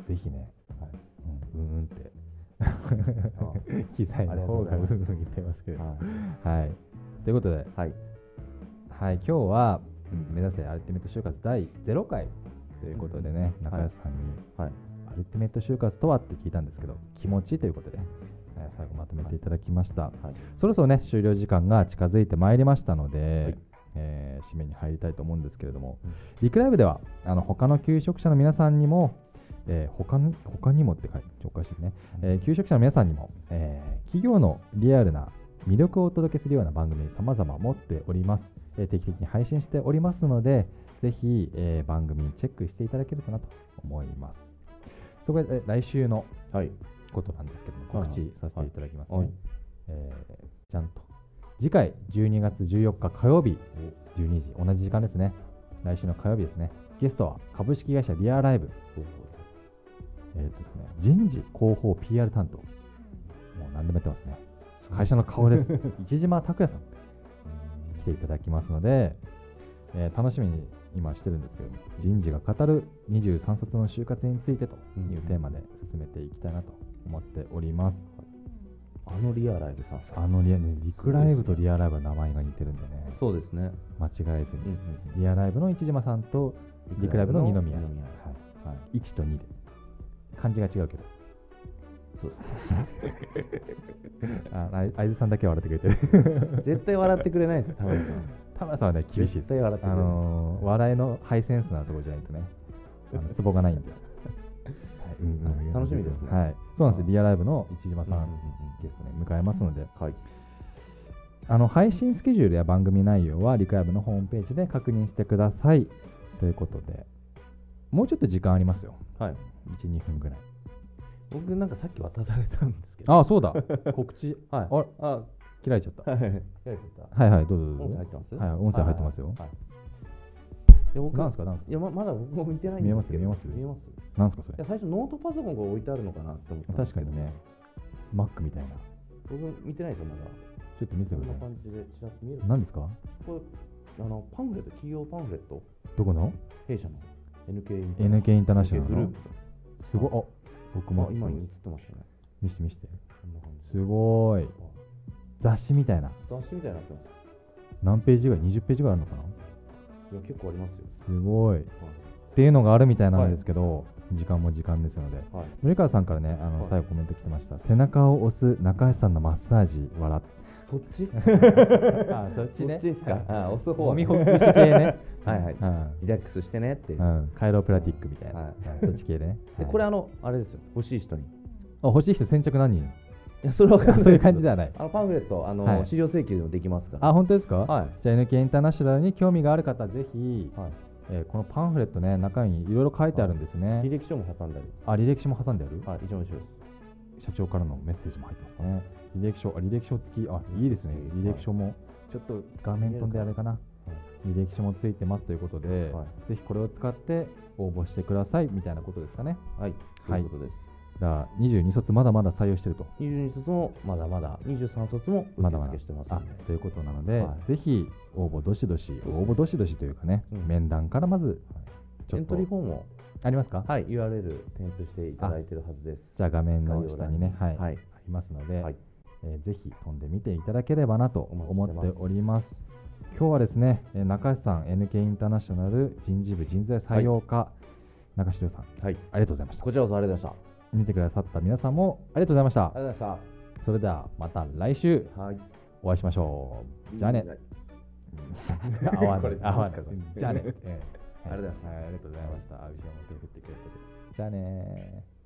[SPEAKER 1] ぜひね、
[SPEAKER 2] はい
[SPEAKER 1] うん、うんうんって
[SPEAKER 2] うん
[SPEAKER 1] <laughs> 機材の方が
[SPEAKER 2] あ
[SPEAKER 1] う
[SPEAKER 2] り
[SPEAKER 1] ん
[SPEAKER 2] が
[SPEAKER 1] う
[SPEAKER 2] と
[SPEAKER 1] ん
[SPEAKER 2] うございます
[SPEAKER 1] 言ってますけど
[SPEAKER 2] は
[SPEAKER 1] はいということで、
[SPEAKER 2] いはい
[SPEAKER 1] はい、今日は、うん目指せアルティメット就活第0回ということでね、中安さんに、
[SPEAKER 2] はい
[SPEAKER 1] アルティメット就活とはって聞いたんですけど気持ちということで、えー最後まとめていただきました、
[SPEAKER 2] はい
[SPEAKER 1] そろそろね終了時間が近づいてまいりましたので、
[SPEAKER 2] い
[SPEAKER 1] えー締めに入りたいと思うんですけれども、
[SPEAKER 2] うん
[SPEAKER 1] リクライブではあの他の求職者の皆さんにも、えー他に他にもって書いておかしいね、えー求職者の皆さんにも、えー企業のリアルな魅力をお届けするような番組様々持っております、えー定期的に配信しておりますのでぜひ、えー番組チェックしていただけるかなと思いますそこでえー来週の
[SPEAKER 2] はい
[SPEAKER 1] ことなんですけども
[SPEAKER 2] はい
[SPEAKER 1] 告知させていただきますね、
[SPEAKER 2] はい
[SPEAKER 1] えーちゃんと次回12月14日火曜日12時同じ時間ですね来週の火曜日ですねゲストは株式会社リアライブ、ええーとですね、人事広報 PR 担当もう何でもやってますね会社の顔です <laughs> 一島拓也さん来ていただきますので、えー楽しみに今してるんですけど人事が語る23卒の就活についてというテーマで進めていきたいなと思っております、
[SPEAKER 2] あのリアライブさんですか
[SPEAKER 1] あのリアねリクライブとリアライブは名前が似てるんでね
[SPEAKER 2] そうですね、
[SPEAKER 1] 間違えずに、
[SPEAKER 2] うん
[SPEAKER 1] リアライブの一島さんとリクライブの二宮
[SPEAKER 2] 二
[SPEAKER 1] はいはい、1と2で漢字が違うけど
[SPEAKER 2] そうです
[SPEAKER 1] ああい相津さんだけは笑ってくれて <laughs> る
[SPEAKER 2] 絶対笑ってくれないですよ、田村さん。
[SPEAKER 1] 田村さんはね厳しいで
[SPEAKER 2] 絶
[SPEAKER 1] す
[SPEAKER 2] 対笑って
[SPEAKER 1] あ
[SPEAKER 2] くれない。
[SPEAKER 1] のー笑いのハイセンスなところじゃないとねあのツボがないんで、はいうんうん
[SPEAKER 2] 楽しみですね
[SPEAKER 1] はい、そうなんですよリアライブの一島
[SPEAKER 2] うん
[SPEAKER 1] さ
[SPEAKER 2] うんうん
[SPEAKER 1] んゲストに迎えますので、
[SPEAKER 2] うんはい、
[SPEAKER 1] あの配信スケジュールや番組内容はリクライブのホームページで確認してくださいということでもうちょっと時間ありますよ
[SPEAKER 2] はい、
[SPEAKER 1] 12分ぐらい
[SPEAKER 2] 僕なんかさっき渡されたんですけど、
[SPEAKER 1] <laughs> ああそうだ告知
[SPEAKER 2] はい、
[SPEAKER 1] あ
[SPEAKER 2] あ、
[SPEAKER 1] 切られちゃった
[SPEAKER 2] はい、やりた
[SPEAKER 1] はいはいどうぞどう
[SPEAKER 2] 音
[SPEAKER 1] ぞ
[SPEAKER 2] 声入ってます
[SPEAKER 1] はい音声入ってますよ
[SPEAKER 2] はいはいいや僕
[SPEAKER 1] なんすかなんすか
[SPEAKER 2] いやままだ僕も見てないんですけど
[SPEAKER 1] 見えますよ見
[SPEAKER 2] 見
[SPEAKER 1] え
[SPEAKER 2] えます
[SPEAKER 1] なんすかそ
[SPEAKER 2] い
[SPEAKER 1] れ
[SPEAKER 2] や最初ノートパソコンが置いてあるのかなって思ったんです
[SPEAKER 1] 確
[SPEAKER 2] け
[SPEAKER 1] か
[SPEAKER 2] ど
[SPEAKER 1] にね Mac みたいな
[SPEAKER 2] 僕見てないですよまだ
[SPEAKER 1] ちょっと見せて
[SPEAKER 2] こ
[SPEAKER 1] く
[SPEAKER 2] ん
[SPEAKER 1] だ
[SPEAKER 2] な
[SPEAKER 1] さい
[SPEAKER 2] 感じでちらっと見える
[SPEAKER 1] 何ですか
[SPEAKER 2] これあのパンフレット企業パンフレット
[SPEAKER 1] どこの
[SPEAKER 2] 弊社の NK インターナショナル
[SPEAKER 1] ?NK インターナショナ
[SPEAKER 2] NK グ
[SPEAKER 1] ル
[SPEAKER 2] ルー
[SPEAKER 1] の
[SPEAKER 2] プ
[SPEAKER 1] すごいあ僕も
[SPEAKER 2] あ今映ってましたね
[SPEAKER 1] 見して見して
[SPEAKER 2] こんな感じ
[SPEAKER 1] すごい雑誌みたいな
[SPEAKER 2] あ雑誌みたいになってます
[SPEAKER 1] 何ページぐらい20ページぐらいあるのかない
[SPEAKER 2] や結構ありますよ
[SPEAKER 1] すごい
[SPEAKER 2] はい
[SPEAKER 1] っていうのがあるみたいなんですけど、時間も時間ですので
[SPEAKER 2] はい、
[SPEAKER 1] 森川さんからねあ
[SPEAKER 2] は
[SPEAKER 1] の
[SPEAKER 2] い
[SPEAKER 1] 最後コメント来てました、背中を押す中橋さんのマッサージ笑っ
[SPEAKER 2] そっち
[SPEAKER 1] <laughs> あそっちね
[SPEAKER 2] そっちですかあ押す方
[SPEAKER 1] 揉みほ
[SPEAKER 2] は
[SPEAKER 1] ぐし系ね
[SPEAKER 2] <laughs> はいはい
[SPEAKER 1] うん
[SPEAKER 2] リラックスしてねっていう、
[SPEAKER 1] うんカイロプラティックみたいな、
[SPEAKER 2] はい
[SPEAKER 1] そっち系でね
[SPEAKER 2] でこれ
[SPEAKER 1] は
[SPEAKER 2] あのあれですよ欲しい人にい
[SPEAKER 1] いあ欲しい人先着何人
[SPEAKER 2] やそれは分かんな
[SPEAKER 1] <laughs> あそういう感じではない
[SPEAKER 2] あのパンフレットあの、
[SPEAKER 1] はい
[SPEAKER 2] 資料請求でもできますから
[SPEAKER 1] あ本当ですか、
[SPEAKER 2] はい
[SPEAKER 1] じゃあ NK インターナショナルに興味がある方はぜひ、
[SPEAKER 2] はい
[SPEAKER 1] えーこのパンフレットね中にいろいろ書いてあるんですね、
[SPEAKER 2] 履歴書も挟んだり
[SPEAKER 1] あ履歴書も挟んである、
[SPEAKER 2] はい一番後ろです
[SPEAKER 1] 社長からのメッセージも入ってますね。履歴書、あ履歴書付き、あいいですね、履歴書も、ちょっと画面飛んであれかな、履歴書もついてますということで、
[SPEAKER 2] は
[SPEAKER 1] ぜひこれを使って応募してくださいみたいなことですかね。
[SPEAKER 2] はいと
[SPEAKER 1] はいいう
[SPEAKER 2] ことです
[SPEAKER 1] だから22卒、まだまだ採用してると、
[SPEAKER 2] 22卒もまだまだ23卒も
[SPEAKER 1] ま
[SPEAKER 2] 受
[SPEAKER 1] だまだ
[SPEAKER 2] 付してます
[SPEAKER 1] あ
[SPEAKER 2] んで
[SPEAKER 1] ということなので、
[SPEAKER 2] はい
[SPEAKER 1] ぜひ応募どしどし、
[SPEAKER 2] ですね
[SPEAKER 1] 応募どしどしというかね、
[SPEAKER 2] うん
[SPEAKER 1] 面談からまず、ちょ
[SPEAKER 2] エ
[SPEAKER 1] っ
[SPEAKER 2] ント
[SPEAKER 1] と
[SPEAKER 2] リーフォームを、
[SPEAKER 1] ありますか、
[SPEAKER 2] はい、URL 添付していただいてるはずです
[SPEAKER 1] じゃあ画面の下にね、は
[SPEAKER 2] 概
[SPEAKER 1] い、
[SPEAKER 2] 要欄には
[SPEAKER 1] あ
[SPEAKER 2] い
[SPEAKER 1] りますので、
[SPEAKER 2] はい
[SPEAKER 1] えーぜひ飛んでみていただければなと思
[SPEAKER 2] お待ちして
[SPEAKER 1] っ
[SPEAKER 2] ます
[SPEAKER 1] ております。今日はですね、えー中橋さん、NK インターナショナル人事部人材採用課、中城さん、あ
[SPEAKER 2] はい
[SPEAKER 1] りがとうございました。
[SPEAKER 2] こちらこそありがとうございました
[SPEAKER 1] 見てくださった皆さんもありがとうございました
[SPEAKER 2] あ。りがとうござい
[SPEAKER 1] それではまた来週
[SPEAKER 2] ましたはい
[SPEAKER 1] お会いしましょう。じゃあ
[SPEAKER 2] <laughs>
[SPEAKER 1] ね。合わない。合わない。
[SPEAKER 2] <laughs>
[SPEAKER 1] じゃあね。えー
[SPEAKER 2] ありがとうございました
[SPEAKER 1] はいありがとうございました。後ろも手振ってくれてるじゃあねー。